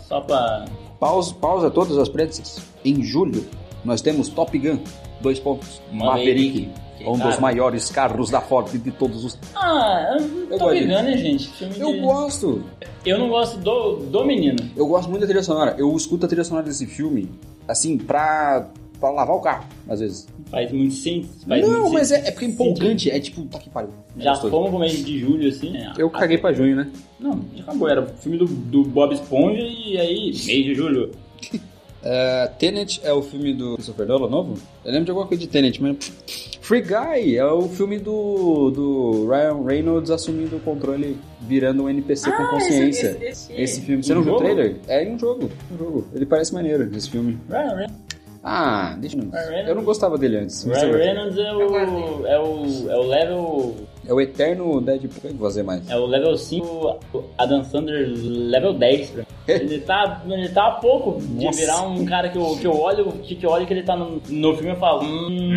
S2: Só pra.
S1: pausa, pausa todas as preces. Em julho, nós temos Top Gun, dois pontos.
S2: Maverick,
S1: Maverick,
S2: que
S1: um dos
S2: cara.
S1: maiores carros da Ford de todos os...
S2: Ah,
S1: Eu
S2: eu
S1: gosto
S2: tô brigando, né, gente? Filme
S1: Eu
S2: de-
S1: gosto.
S2: eu não gosto do, do menino.
S1: Eu gosto muito da trilha sonora. Eu escuto a trilha sonora desse filme, assim, pra... pra pra lavar o carro, às vezes.
S2: Faz muito sim. Faz
S1: não,
S2: muito
S1: mas
S2: sim.
S1: é, é porque é empolgante, é tipo, tá que pariu. É
S2: Já
S1: gostoso.
S2: fomos pro mês de julho, assim, né?
S1: Eu caguei pra junho, né?
S2: Não, já acabou. Era o filme do, do Bob Esponja e aí, mês de julho.
S1: É, Tenet é o filme do Christopher Nolan novo? Eu lembro de alguma coisa de Tenet, mas... Free Guy é o filme do, do Ryan Reynolds assumindo o controle, virando um NPC
S2: Ah,
S1: com consciência.
S3: Esse, esse,
S1: Esse filme, você
S2: Um
S1: não viu o
S2: jogo?
S1: trailer? É em um jogo, um jogo. Ele parece maneiro, esse filme.
S2: Ryan Re-
S1: Ah, deixa eu...
S2: Ryan Reynolds.
S1: Eu não gostava dele antes. mas
S2: Ryan
S1: eu-
S2: Reynolds é
S3: Eu
S2: o,
S3: guardei.
S2: é o. É o level.
S1: É o eterno Deadpool. Eu vou fazer mais.
S2: É o level 5, Adam Sandler level 10 pra mim. Ele tá, ele tá a pouco de
S1: Nossa.
S2: virar um cara que eu, que eu olho, que, que eu olho que ele tá no, no filme e eu falo. Hum,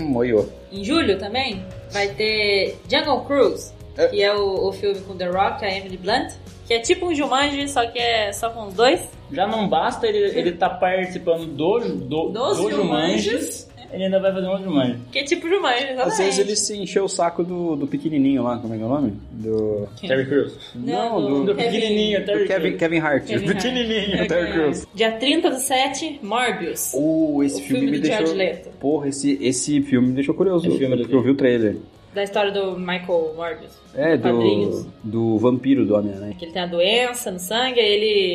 S1: Hum, moiô.
S3: Em julho também vai ter Jungle Cruise,
S1: É.
S3: que é o, o filme com The Rock, a Emily Blunt, que é tipo um Jumanji, só que é só com os dois.
S2: já não basta ele, ele tá participando do, do,
S3: Dos
S2: do
S3: Jumanjos.
S2: Jumanjis, Ele ainda vai fazer um outro Jumanji.
S3: Que é tipo Jumanji, exatamente.
S1: Às vezes ele se encheu o saco do, do pequenininho lá, como é que é o nome? Do...
S3: Quem?
S2: Terry Crews.
S3: Não,
S1: do, tá?
S2: Do
S1: do,
S3: Kevin-
S2: pequenininho, Terry
S1: Kevin,
S2: Crews.
S1: Kevin Hart.
S3: Kevin
S2: Do
S3: Hart.
S2: pequenininho,
S3: Kevin
S2: Terry
S3: Hart.
S2: Crews.
S3: Dia 30 do 7, Morbius.
S1: tá, Oh, esse
S3: O
S1: filme,
S3: filme
S1: me
S3: do Jared
S1: deixou...
S3: Leto.
S1: Porra, esse, esse filme me deixou curioso.
S2: É filme do
S1: porque eu vi o trailer.
S3: Da história do Michael Morbius.
S1: É,
S3: Quadrinhos.
S1: do, do vampiro do Homem-Aranha.
S3: Que ele tem a doença no sangue, aí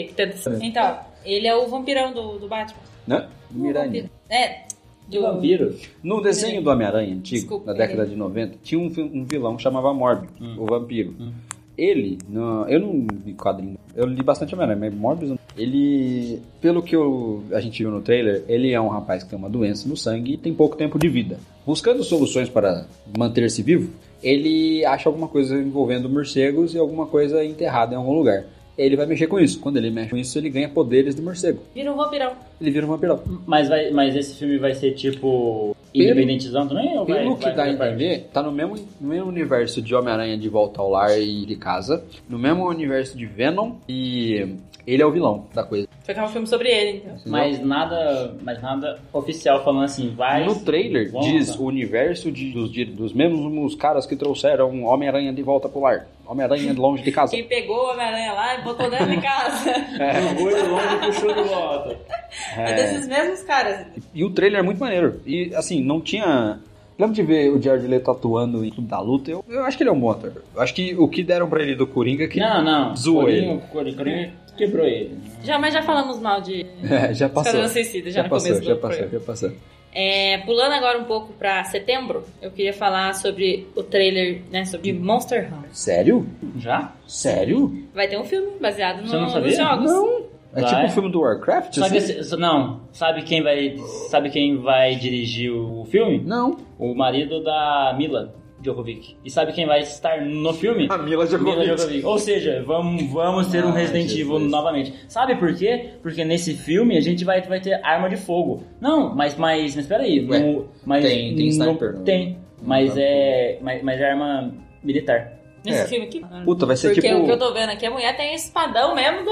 S3: ele. tenta- Então, ele é o vampirão do, do Batman.
S1: Né? Do Miranha.
S3: Vampiro. É, do.
S1: um
S2: Vampiro.
S1: No desenho do Homem-Aranha antigo,
S3: Desculpa,
S1: na década de 90, tinha um, fi- um vilão que chamava Morbius, o vampiro.
S2: é. Hum.
S1: Ele, no- eu não li quadrinho, eu li bastante Homem-Aranha, mas Morbius não. Ele, pelo que eu- a gente viu no trailer, ele é um rapaz que tem uma doença no sangue e tem pouco tempo de vida. Buscando soluções para manter-se vivo, ele acha alguma coisa envolvendo morcegos e alguma coisa enterrada em algum lugar. Ele vai mexer com isso. Quando ele mexe com isso, ele ganha poderes de morcego.
S3: Vira um vampirão.
S1: Ele vira um vampirão.
S2: Mas, vai, mas esse filme vai ser tipo.
S1: Pelo-
S2: Independentizão também? Ou vai,
S1: Pelo que
S2: vai
S1: dá a
S2: fazer parte?
S1: entender, tá no mesmo, no mesmo universo de Homem-Aranha de Volta ao Lar e de Casa, no mesmo universo de Venom e ele é o vilão da coisa.
S3: Foi que é um filme sobre ele, então.
S2: Mas nada, mas nada oficial falando assim, vai.
S1: No trailer
S2: volta.
S1: diz o universo de- dos, de- dos mesmos caras que trouxeram Homem-Aranha de Volta pro Lar, Homem-Aranha de longe de casa.
S3: Quem pegou o Homem-Aranha lá e botou dentro de casa.
S2: Jogou ele longe e puxou de volta.
S3: É desses mesmos caras.
S1: E o trailer é muito maneiro. E assim, não tinha. Lembro de ver o Jared Leto atuando em Clube da Luta. Eu, eu acho que ele é um bom ator. Eu acho que o que deram pra ele do Coringa que
S2: Não, não.
S1: Zoou
S2: Corinho, Corinho, Corinho quebrou ele.
S3: Já, mas já falamos mal de
S1: É, já passou.
S3: Esquadrão Suicida, já,
S1: Já
S3: no
S1: passou,
S3: começo do
S1: já passou,
S3: programa.
S1: já passou.
S3: É, pulando agora um pouco pra setembro, eu queria falar sobre o trailer, né, sobre Monster Hunter.
S1: Sério?
S2: Já?
S1: Sério?
S3: Vai ter um filme baseado
S2: Você não
S3: no,
S2: sabia?
S3: nos jogos.
S1: É
S2: Vai.
S1: tipo o filme do Warcraft?
S2: Só que
S1: assim?
S2: esse- não, sabe quem vai, sabe quem vai dirigir o filme?
S1: Não.
S2: O marido da Mila Djokovic. E sabe quem vai estar no filme?
S1: Mila
S2: Mila Jovovich. Ou seja, vamos, vamos ter um
S1: Ai,
S2: Resident Evil
S1: Ah, Jesus.
S2: novamente. Sabe por quê? Porque nesse filme a gente vai, vai ter arma de fogo. Não, mas, mas, mas peraí.
S1: Ué,
S2: no- mas
S1: tem- tem
S2: no-
S1: sniper, não?
S2: Tem, mas
S1: Não.
S2: é, mas, mas é arma militar.
S3: Nesse
S1: É.
S3: filme aqui.
S1: Puta, vai ser
S3: Porque
S1: tipo-
S3: o que eu tô vendo aqui, a mulher tem espadão mesmo do, do-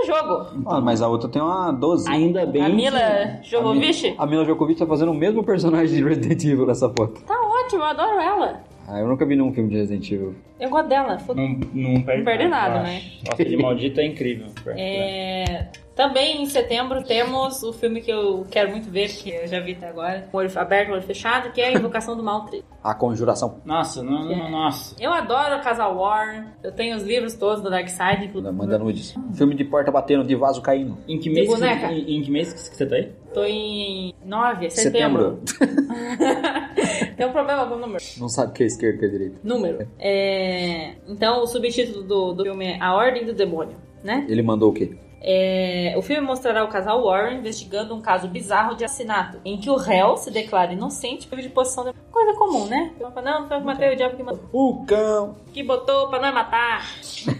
S3: do jogo.
S1: Ah, mas a outra tem uma 12.
S2: Ainda bem
S3: a Mila é
S2: que-
S3: Jovovich?
S1: A Mila Djokovic tá fazendo o mesmo personagem de Resident Evil nessa foto.
S3: Tá ótimo, eu adoro ela.
S1: Ah, eu nunca vi nenhum filme de Resident Evil.
S3: Eu gosto dela. foda-
S2: Não, não perde,
S3: Não perde nada,
S2: eu
S3: né?
S2: acho. Nossa, aquele maldito é incrível.
S3: É, também em setembro temos o filme que eu quero muito ver, porque eu já vi até agora, com o olho aberto, o olho fechado, que é a Invocação do Mal 3.
S1: A Conjuração.
S2: Nossa, não, não- nossa.
S3: Eu adoro o Casal Warren, eu tenho os livros todos do Dark Side,
S1: né?
S3: inclusive.
S1: Manda nudes.
S2: Hum.
S1: Filme de porta batendo, de vaso caindo.
S2: Em que mês,
S3: De
S2: que-
S3: boneca.
S2: em, em que mês que você tá aí?
S3: Tô em 9, setembro. Tem um problema com o número.
S1: Não sabe o que é esquerda e o que é direita.
S3: Número. É, então, o subtítulo do, do filme é A Ordem do Demônio, né?
S1: Ele mandou o quê?
S3: É, o filme mostrará o casal Warren investigando um caso bizarro de assassinato, em que o réu se declara inocente por de posição de... Coisa comum, né? Não, não foi eu que matei o diabo que matou.
S1: O cão.
S3: Que botou pra nós matar.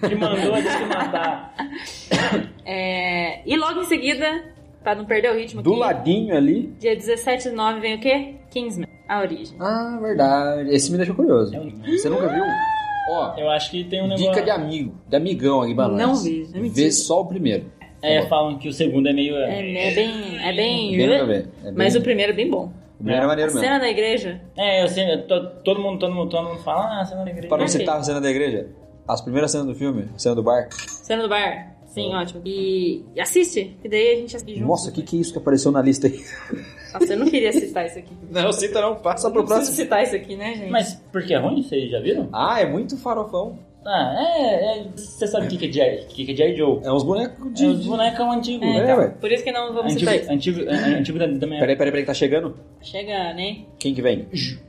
S2: Que mandou a gente matar.
S3: É, e logo em seguida, pra não perder o ritmo
S1: Do
S3: aqui,
S1: ladinho ali.
S3: dia 17 de 9 vem o quê? Kingsman, a origem.
S1: Ah, verdade. Esse me deixou curioso.
S2: Eu,
S1: Você nunca viu? Ó,
S2: eu acho que tem um negócio.
S1: dica de amigo, de amigão aqui, balanço.
S3: Não vejo, é mentira.
S1: Vê só o primeiro.
S2: É,
S1: Tá bom.
S2: falam que o segundo é meio.
S3: É, é bem... É bem...
S1: Bem nada a ver. É bem-
S3: Mas o primeiro é bem bom.
S1: o primeiro é
S3: A
S1: maneiro mesmo.
S3: cena da igreja.
S2: É, eu sei, to- todo mundo, todo mundo, todo mundo fala, ah, você não é da igreja.
S1: Para não
S3: Ok.
S1: citar a cena da igreja, as primeiras cenas do filme, a cena do bar,
S3: Cena do bar. Sim, ótimo. E e assiste, que daí a gente assiste junto.
S1: Nossa, o que, que é isso que apareceu na lista aí?
S3: Nossa, eu não queria citar isso aqui.
S1: Não, cita não, passa
S3: Não preciso citar isso aqui, né, gente?
S2: Mas porque é ruim, vocês já viram?
S1: Ah, é muito farofão.
S2: Ah, é. é- Você sabe o que que é G.I. que que é G.I. Joe?
S1: É uns bonecos
S2: É
S1: de.
S2: os bonecão antigo.
S1: É,
S3: então.
S2: cara.
S1: ué.
S3: Por isso que não vamos citar
S2: Antigo,
S3: isso.
S2: antigo, é, é antigo da, da minha.
S1: Peraí, peraí, peraí, tá chegando?
S3: Chega, né?
S1: Quem que vem?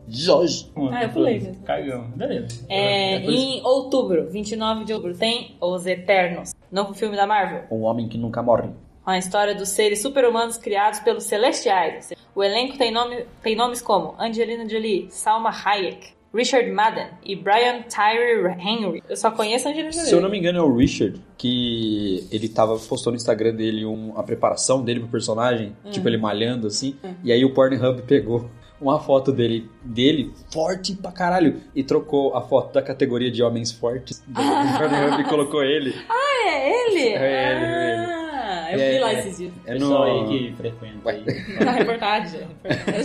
S1: Jorge.
S3: Ah, eu pulei mesmo.
S2: Cagão. Beleza.
S3: É,
S2: Depois-
S3: em outubro, 29 de outubro, tem Os Eternos, novo filme da Marvel.
S1: Um homem que nunca morre.
S3: A história dos seres super-humanos criados pelos Celestiais. O elenco tem, nome- tem nomes como Angelina Jolie, Salma Hayek, Richard Madden e Brian Tyree Henry. Eu só conheço a Angelina
S1: Se eu
S3: Jolie.
S1: não me engano, é o Richard, que ele tava postando no Instagram dele um- a preparação dele pro personagem,
S3: Hum.
S1: tipo ele malhando assim, e aí o Pornhub pegou uma foto dele, dele forte pra caralho, e trocou a foto da categoria de homens fortes do, do Pornhub e colocou ele.
S3: Ah, é ele?
S1: É ele, é ele.
S3: ah, eu
S1: É,
S3: vi lá
S1: é.
S3: esses dias. Ah, é
S1: É
S2: Pessoal
S1: no...
S2: aí que frequenta. aí.
S3: Na reportagem.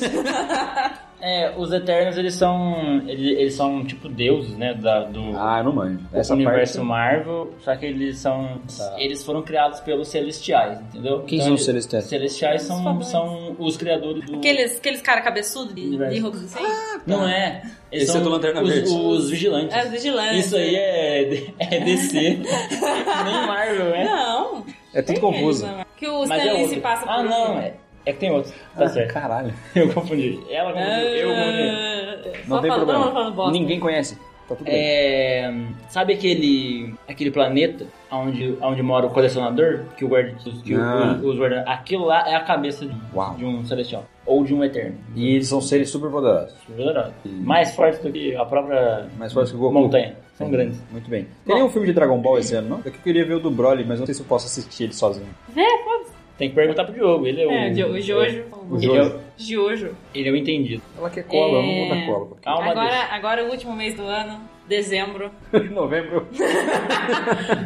S3: reportagem.
S2: É, os Eternos, eles são. Eles, eles são tipo deuses, né? Da, do
S1: Ah, eu não manjo.
S2: do
S1: Essa
S2: universo é um-
S1: parte...
S2: Marvel. Só que eles são.
S1: Tá.
S2: Eles foram criados pelos celestiais, entendeu?
S1: Quem
S2: Então,
S1: são os
S2: eles-
S1: celestiais?
S2: Celestiais
S3: Os
S2: são,
S3: fadões.
S2: são os criadores do.
S3: aqueles, aqueles cara cabeçudo de, de roupa assim.
S2: Não é. Eles
S1: Esse
S2: são
S1: é do Lanterna
S2: os,
S1: Verde.
S2: os vigilantes.
S3: É, os vigilantes.
S2: Isso aí é, é DC. Nem Marvel, é.
S3: Não.
S1: É tudo
S3: Tem eles, né?
S1: confuso.
S3: não. Que o
S2: Mas é
S3: Stanley
S2: outro.
S3: se passa por
S2: Ah, não.
S3: um-
S2: É, é que tem outro. Tá
S1: Ah,
S2: certo.
S1: Caralho.
S2: Eu confundi. Ela
S3: Ah,
S2: confundiu.
S1: é.
S2: Eu confundi.
S1: Não
S3: só
S1: tem
S3: falando,
S1: problema.
S3: falando bosta.
S1: Ninguém conhece. Tá tudo bem.
S2: É, sabe aquele, aquele planeta onde, onde mora o colecionador? Que o guarda. Que o-
S1: Ah.
S2: os guarda aquilo lá é a cabeça de,
S1: Uau.
S2: de um celestial. Ou de um eterno.
S1: E eles são seres super poderosos.
S2: Poderoso.
S1: Sim.
S2: Mais forte do que a própria
S1: Mais fortes que o Goku.
S2: montanha. São grandes.
S1: Muito bem. Teria um filme de Dragon Ball esse ano, não? É que Eu queria ver o do Broly, mas não sei se eu posso assistir ele sozinho.
S2: Tem que perguntar pro Diogo. Ele é o.
S3: É, o Jo- o Jojo.
S1: O
S2: Ele é o-
S1: Jojo.
S3: Jojo.
S2: ele é o entendido.
S1: Ela quer cola,
S3: É.
S1: eu não vou dar cola. Porque...
S2: Calma,
S3: Agora, agora é o último mês do ano, dezembro.
S1: Novembro.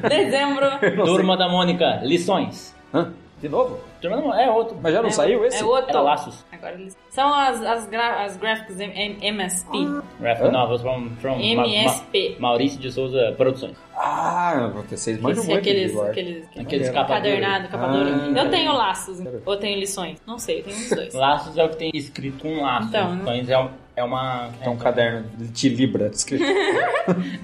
S3: Dezembro.
S1: Não sei.
S2: Turma da Mônica, lições.
S1: Hã? De novo?
S2: Turma da Mônica é outro.
S1: Mas já não
S3: É
S1: saiu
S3: o-
S1: esse?
S3: É outro.
S2: Era laços.
S3: Agora eles... São as, as, gra- as graphics M- M- MSP.
S1: Ah,
S2: Graphic
S1: Hã?
S2: novels from, from Ma-
S3: MSP.
S2: Ma- Maurício de Souza Produções.
S1: Ah, vocês mandam
S3: Esse
S1: muito
S3: é
S1: de
S3: aqueles,
S1: Lorde.
S3: aqueles, aqueles
S2: Aqueles
S1: Maneiro.
S2: capa dura.
S3: cadernado, capa
S1: Ah.
S3: dura. Eu tenho laços, ou tenho lições. Não sei, eu tenho os dois.
S2: Laços é o que tem escrito com laços.
S3: Então, né?
S2: lições é, um- é uma.
S1: É um caderno de de Libra escrito.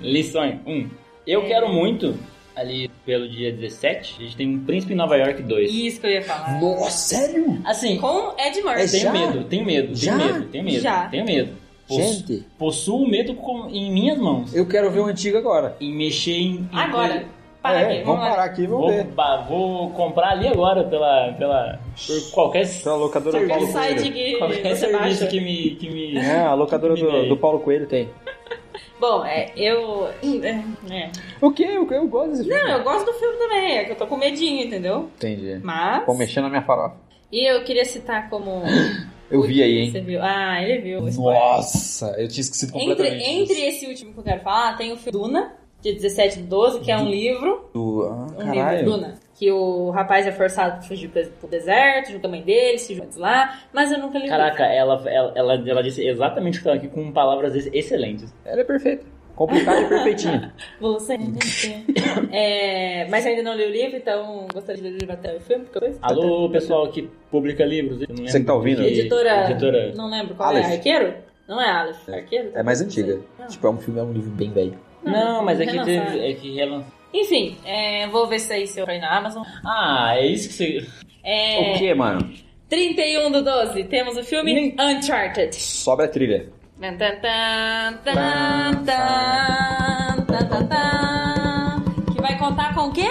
S2: Lições. Um. Eu
S3: É.
S2: quero muito, ali pelo dia 17, a gente tem um Príncipe em Nova York 2.
S3: Isso que eu ia falar.
S1: Nossa, sério?
S2: Assim,
S3: Com Ed
S1: É
S3: Murphy.
S1: já?
S2: tenho medo, tenho medo,
S1: Já?
S2: tenho medo, tenho medo,
S3: Já.
S2: tenho medo. Possu-
S1: Gente,
S2: Possuo medo com- em minhas mãos.
S1: eu quero ver o antigo agora.
S2: Em mexer em. em
S3: Agora,
S2: coisa-
S3: para
S1: É,
S3: aqui, vamos,
S1: vamos
S3: lá.
S1: parar aqui e vamos
S2: Vou,
S1: ver.
S2: ba- vou comprar ali agora pela. pela por qualquer.
S1: Pela locadora do
S2: serviço-
S1: Paulo
S3: Qualquer site
S1: Coelho.
S3: que
S2: Qualquer
S3: você
S2: serviço
S3: baixa.
S2: que me. Que me...
S1: É, a locadora
S2: Me veio.
S1: do, do Paulo Coelho tem.
S3: Bom, é, eu... é, é.
S1: O quê? Eu, eu gosto desse filme.
S3: Não, Ah, eu gosto do filme também, é que eu tô com medinho, entendeu?
S1: Entendi.
S3: Mas...
S1: Vou mexer na minha farofa.
S3: E eu queria citar como...
S1: Eu vi aí, hein?
S3: Você viu? Ah, ele viu. o spoiler.
S1: Nossa, eu tinha esquecido
S3: Entre,
S1: completamente.
S3: entre esse último que eu quero falar, tem o filme Duna, de 17 de 12, que é um livro...
S1: Do... Ah,
S3: um livro,
S1: Uhum. caralho.
S3: Duna. Que o rapaz é forçado a fugir pro- pro deserto, junto a mãe dele, se junta lá, mas eu nunca li. o livro.
S2: Caraca, ela, ela, ela, ela disse exatamente o que eu aqui com palavras ex- excelentes.
S1: Ela é perfeita. Complicada e perfeitinha.
S3: Você me tem. é, Mas ainda não li o livro, então gostaria de ler o livro até o filme, porque eu
S2: Alô, pessoal que publica livros. eu não lembro
S1: Você que tá ouvindo?
S2: que-
S3: Editora.
S2: Editora.
S3: Não lembro qual é.
S1: Aleph.
S3: Arqueiro? Não é Aleph. É Arqueiro?
S1: É mais antiga.
S3: Não.
S1: Tipo, é um filme, é um livro bem velho.
S2: Não, mas é que
S3: relançaram.
S2: teve. É que relan-
S3: Enfim, é, vou ver se é isso aí na Amazon.
S2: Ah, é isso que você.
S3: É,
S1: quê, mano?
S3: 31 do 12, temos o filme
S2: Nem-
S3: Uncharted.
S1: Sobe a trilha.
S3: Tan, tan, tan, tan, tan, tan, tan, tan. Que vai contar com o quê?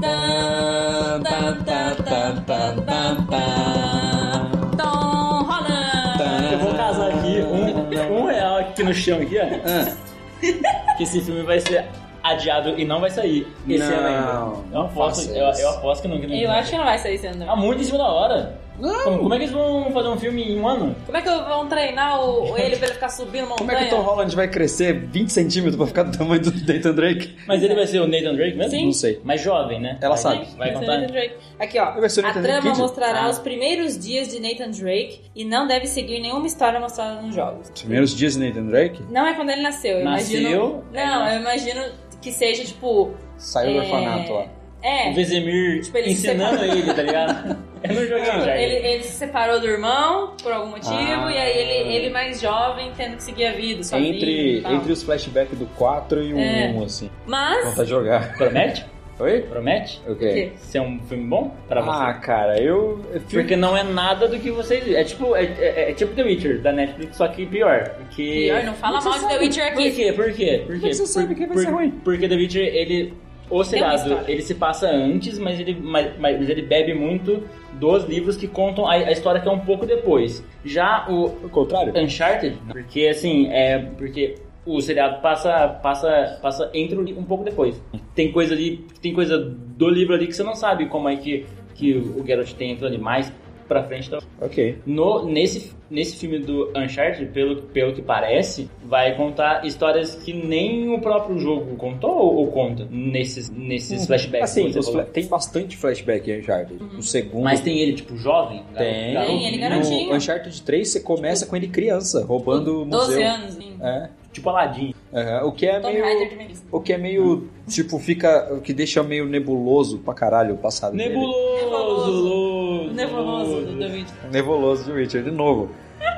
S3: Tan, tan, tan, tan, tan, tan, tan. Tom Holland!
S2: Eu vou casar aqui um, um real aqui no chão aqui, ó. Que esse filme vai ser adiado e não vai sair esse
S1: Não,
S2: ano ainda. Eu
S1: não
S2: aposto,
S1: faça
S2: eu,
S1: isso.
S2: eu aposto que não. Que não
S3: Eu acho que não vai sair esse ano.
S2: Tá
S3: não.
S2: muito em cima da hora. Como, como é que eles vão fazer um filme em um ano?
S3: Como é que eu vou treinar o, ele pra ele ficar subindo montanha?
S1: Como é que o Tom Holland vai crescer 20 centímetros pra ficar do tamanho do Nathan Drake?
S2: Mas ele vai ser o Nathan Drake mesmo?
S3: Sim.
S1: Não sei.
S2: Mas jovem, né?
S1: Ela
S2: vai,
S1: sabe.
S2: Vai
S3: Vai ser
S2: contar.
S3: Nathan Drake. Aqui, ó.
S1: Vai ser o
S3: A
S1: Nathan
S3: trama
S1: Drake? é
S3: mostrará
S2: Ah.
S3: os primeiros dias de Nathan Drake e não deve seguir nenhuma história mostrada nos jogos.
S1: Os primeiros dias de Nathan Drake?
S3: Não é quando ele nasceu, eu
S2: Nasceu,
S3: imagino.
S2: é,
S3: Não, eu imagino que seja tipo.
S1: Saiu do
S3: é,
S1: orfanato lá.
S3: É.
S2: o Vezemir
S3: Tipo, ele se
S2: ensinando
S3: separa.
S2: ele, tá ligado? Eu não joguei já.
S3: Ele, ele se separou do irmão por algum motivo,
S1: Ah.
S3: e aí ele, ele mais jovem tendo que seguir a vida, sozinho
S1: Entre,
S3: e tal.
S1: entre os flashbacks do 4 e o
S3: É.
S1: 1, assim.
S3: Mas,
S1: Vontade de jogar.
S2: Promete?
S1: Oi?
S2: Promete?
S1: Ok.
S3: quê?
S2: Ser um filme bom pra você?
S1: Ah, cara, eu. eu fico-
S2: Porque não é nada do que vocês. É tipo, é, é- é tipo The Witcher da Netflix, só que pior. Porque.
S3: pior, não fala
S1: Você
S3: mal de The
S1: sabe
S3: Witcher aqui.
S2: Por quê? Por quê? Por quê?
S1: Como que você sabe que vai ser ruim?
S2: Porque The Witcher, ele. O seriado,
S3: história.
S2: ele se passa antes, mas ele, mas, mas ele bebe muito dos livros que contam a, a história que é um pouco depois. Já o
S1: O contrário?
S2: Uncharted, porque assim, é. Porque o seriado passa, passa, passa entre o livro um pouco depois. Tem coisa ali, tem coisa do livro ali que você não sabe como é que, que o Geralt tem aquilo ali mais pra frente. Tá?
S3: É.
S1: Ok.
S2: No, nesse, nesse filme do Uncharted, pelo, pelo que parece, vai contar histórias que nem o próprio jogo contou ou, ou conta nesses,
S3: Uhum.
S2: nesses flashbacks.
S1: Assim,
S2: que você
S1: os
S2: falou.
S1: fla- tem bastante flashback em Uncharted. O segundo.
S2: Mas tem ele, tipo, jovem? garoto-
S1: Tem.
S2: garoto,
S3: Tem, ele é
S2: menino,
S3: garotinho.
S1: No Uncharted 3, você começa com ele criança, roubando o
S3: 12
S1: museu.
S3: anos, sim.
S1: É,
S2: Tipo Aladdin.
S1: aham. O que é
S3: Tom
S1: meio.
S3: Rider de Melissa.
S1: O que é meio. Tipo, fica. O que deixa meio nebuloso pra caralho o passado. dele.
S2: Nebuloso!
S3: O nebuloso do David.
S1: Nebuloso do Richard, de novo.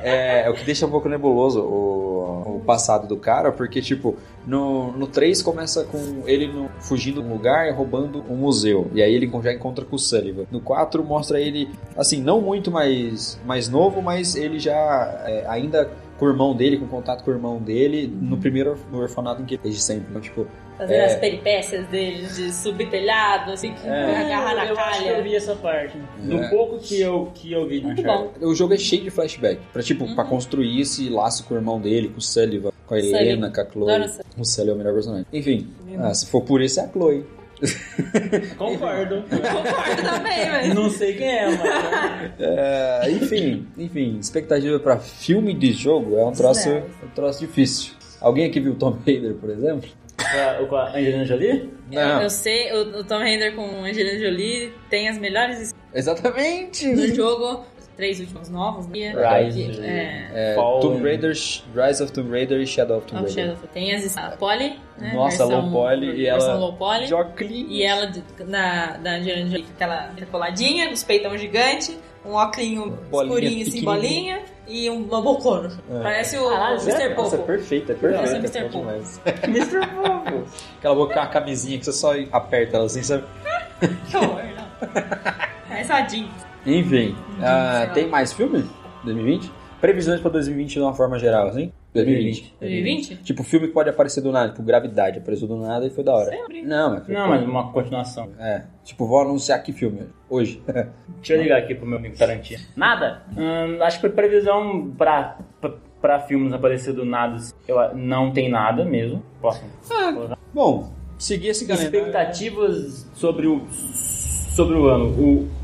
S1: É, o que deixa um pouco nebuloso o, o passado do cara, porque, tipo, no, no 3 começa com ele no- fugindo de um lugar e roubando um museu. E aí ele já encontra com o Sullivan. No 4 mostra ele, assim, não muito mais, mais novo, mas ele já é, ainda com o irmão dele, com contato com o irmão dele, no primeiro orf- no orfanato em que ele desde sempre. Então, tipo,
S3: Fazendo
S1: É.
S3: as peripécias dele de subir telhado, assim, que agarrar na
S2: É, eu acho que eu
S3: calha.
S2: vi essa parte. Do
S1: É.
S2: pouco que eu, que eu vi de
S3: Muito
S2: Uncharted.
S3: bom.
S1: o jogo é cheio de flashback. Pra, tipo,
S3: Uhum.
S1: pra construir esse laço com o irmão dele, com o Sullivan, com a
S3: Sullivan.
S1: Helena, com a Chloe.
S3: Adoro essa.
S1: O Sully é o melhor personagem. Enfim, ah, se for por isso, é a Chloe.
S2: Concordo.
S3: Concordo também, mas.
S2: não sei quem é, mas...
S1: É, enfim, enfim, expectativa pra filme de jogo é um troço,
S3: Zero.
S1: um troço difícil. Alguém aqui viu Tom Raider, por exemplo?
S2: Com a- Com a Angelina Jolie?
S3: Eu, eu sei, o, o Tom Render com Angelina Jolie tem as melhores skins
S1: Exatamente!
S3: do jogo. Os Três últimos novos, né?
S2: Rise.
S3: É.
S1: É,
S2: Fallen.
S1: Tomb Raider, Rise of Tomb Raider e Shadow of Tomb
S3: Of
S1: Raider.
S3: Shadow. Tem as a Polly, né?
S1: Nossa,
S3: versão-
S1: low poly e
S3: versão
S1: ela-
S3: Low poly.
S1: Joclin.
S3: E ela, de- na, da Angelina Jolie, com aquela coladinha, os peitão gigante, um óculinho
S1: Bolinha
S3: escurinho, assim,
S1: pequenininha.
S3: bolinha, e um uma bocona.
S1: É.
S3: Parece o
S2: Caralho,
S3: Mr.
S1: Nossa, é
S3: Popo.
S1: perfeita, é
S3: Parece
S1: perfeita.
S3: Mr.
S1: é
S3: Popo.
S1: demais.
S2: Mr. Povo.
S1: Aquela boca com a camisinha que você só aperta ela assim, sabe?
S3: Que horror, não. Parece a Jean.
S1: Enfim, ah,
S3: sei lá.
S1: tem mais filme? 2020? Previsões pra 2020 de uma forma geral, assim? 2020.
S3: 2020?
S1: Tipo, filme que pode aparecer do nada, tipo, gravidade, apareceu do nada e foi da hora.
S3: Sempre.
S1: Não, mas.
S2: Não, mas uma continuação.
S1: É. Tipo, vou anunciar que filme hoje.
S2: Deixa eu ligar aqui pro meu amigo Tarantino. Nada? Hum, acho que previsão pra, pra, pra filmes aparecer do nada, assim. eu, a- não tem nada mesmo. Posso?
S1: Bom, seguir esse calendário.
S2: Expectativas sobre o, sobre o ano.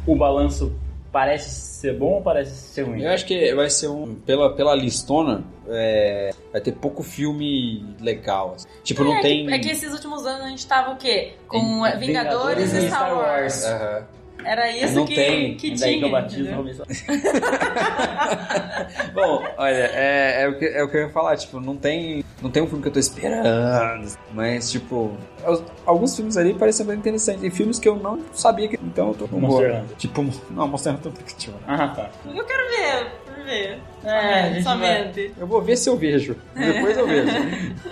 S2: O, o balanço parece ser bom ou parece ser ruim?
S1: Eu acho que vai ser um. Pela, pela listona, é, vai ter pouco filme legal. assim. Tipo, não
S3: é,
S1: tem.
S3: que, é que esses últimos anos a gente tava o quê? Com
S2: Tem
S3: eh, Vingadores,
S2: Vingadores
S3: e Star Wars.
S1: Aham.
S3: Era
S2: É,
S3: isso
S1: Não
S3: que,
S1: tem.
S3: que
S2: Daí que
S3: tinha.
S2: eu batizo,
S3: entendeu?
S2: vou ver se-
S1: Bom, olha, é, é, o que, é o que eu ia falar, tipo, não tem. Não tem um filme que eu tô esperando. Mas, tipo, al- alguns filmes ali parecem bem interessantes. Tem filmes que eu não sabia que. Então eu tô com
S2: Monster
S1: boa.
S2: Hunter.
S1: Tipo, não, Monster Hunter Picture.
S2: Ah, tá.
S3: Eu quero ver, quero ver.
S2: É, a gente vai-
S3: Somente.
S1: Eu vou ver se eu vejo. Depois eu vejo.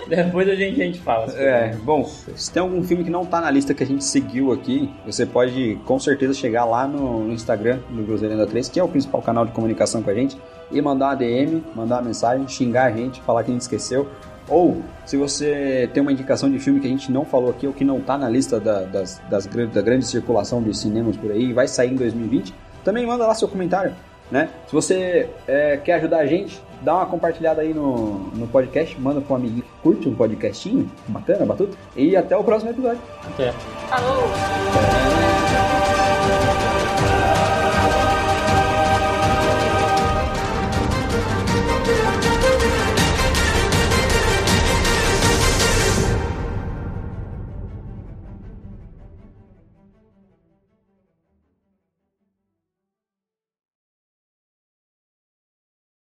S2: Depois a gente, a gente fala. sobre
S1: É, bom, se tem algum filme que não tá na lista que a gente seguiu aqui, você pode com certeza chegar lá no, no Instagram do Groselenda 3, que é o principal canal de comunicação com a gente, e mandar uma DM, mandar uma mensagem, xingar a gente, falar que a gente esqueceu. Ou, se você tem uma indicação de filme que a gente não falou aqui, ou que não tá na lista da, das, das, gran- da grande circulação dos cinemas por aí, e vai sair em 2020, também manda lá seu comentário, né? Se você é, quer ajudar a gente, dá uma compartilhada aí no, no podcast, manda pra um amiguinho, curte um podcastinho, bacana, batuta, e até o próximo episódio.
S2: isso. Até.
S3: Falou!
S1: Até.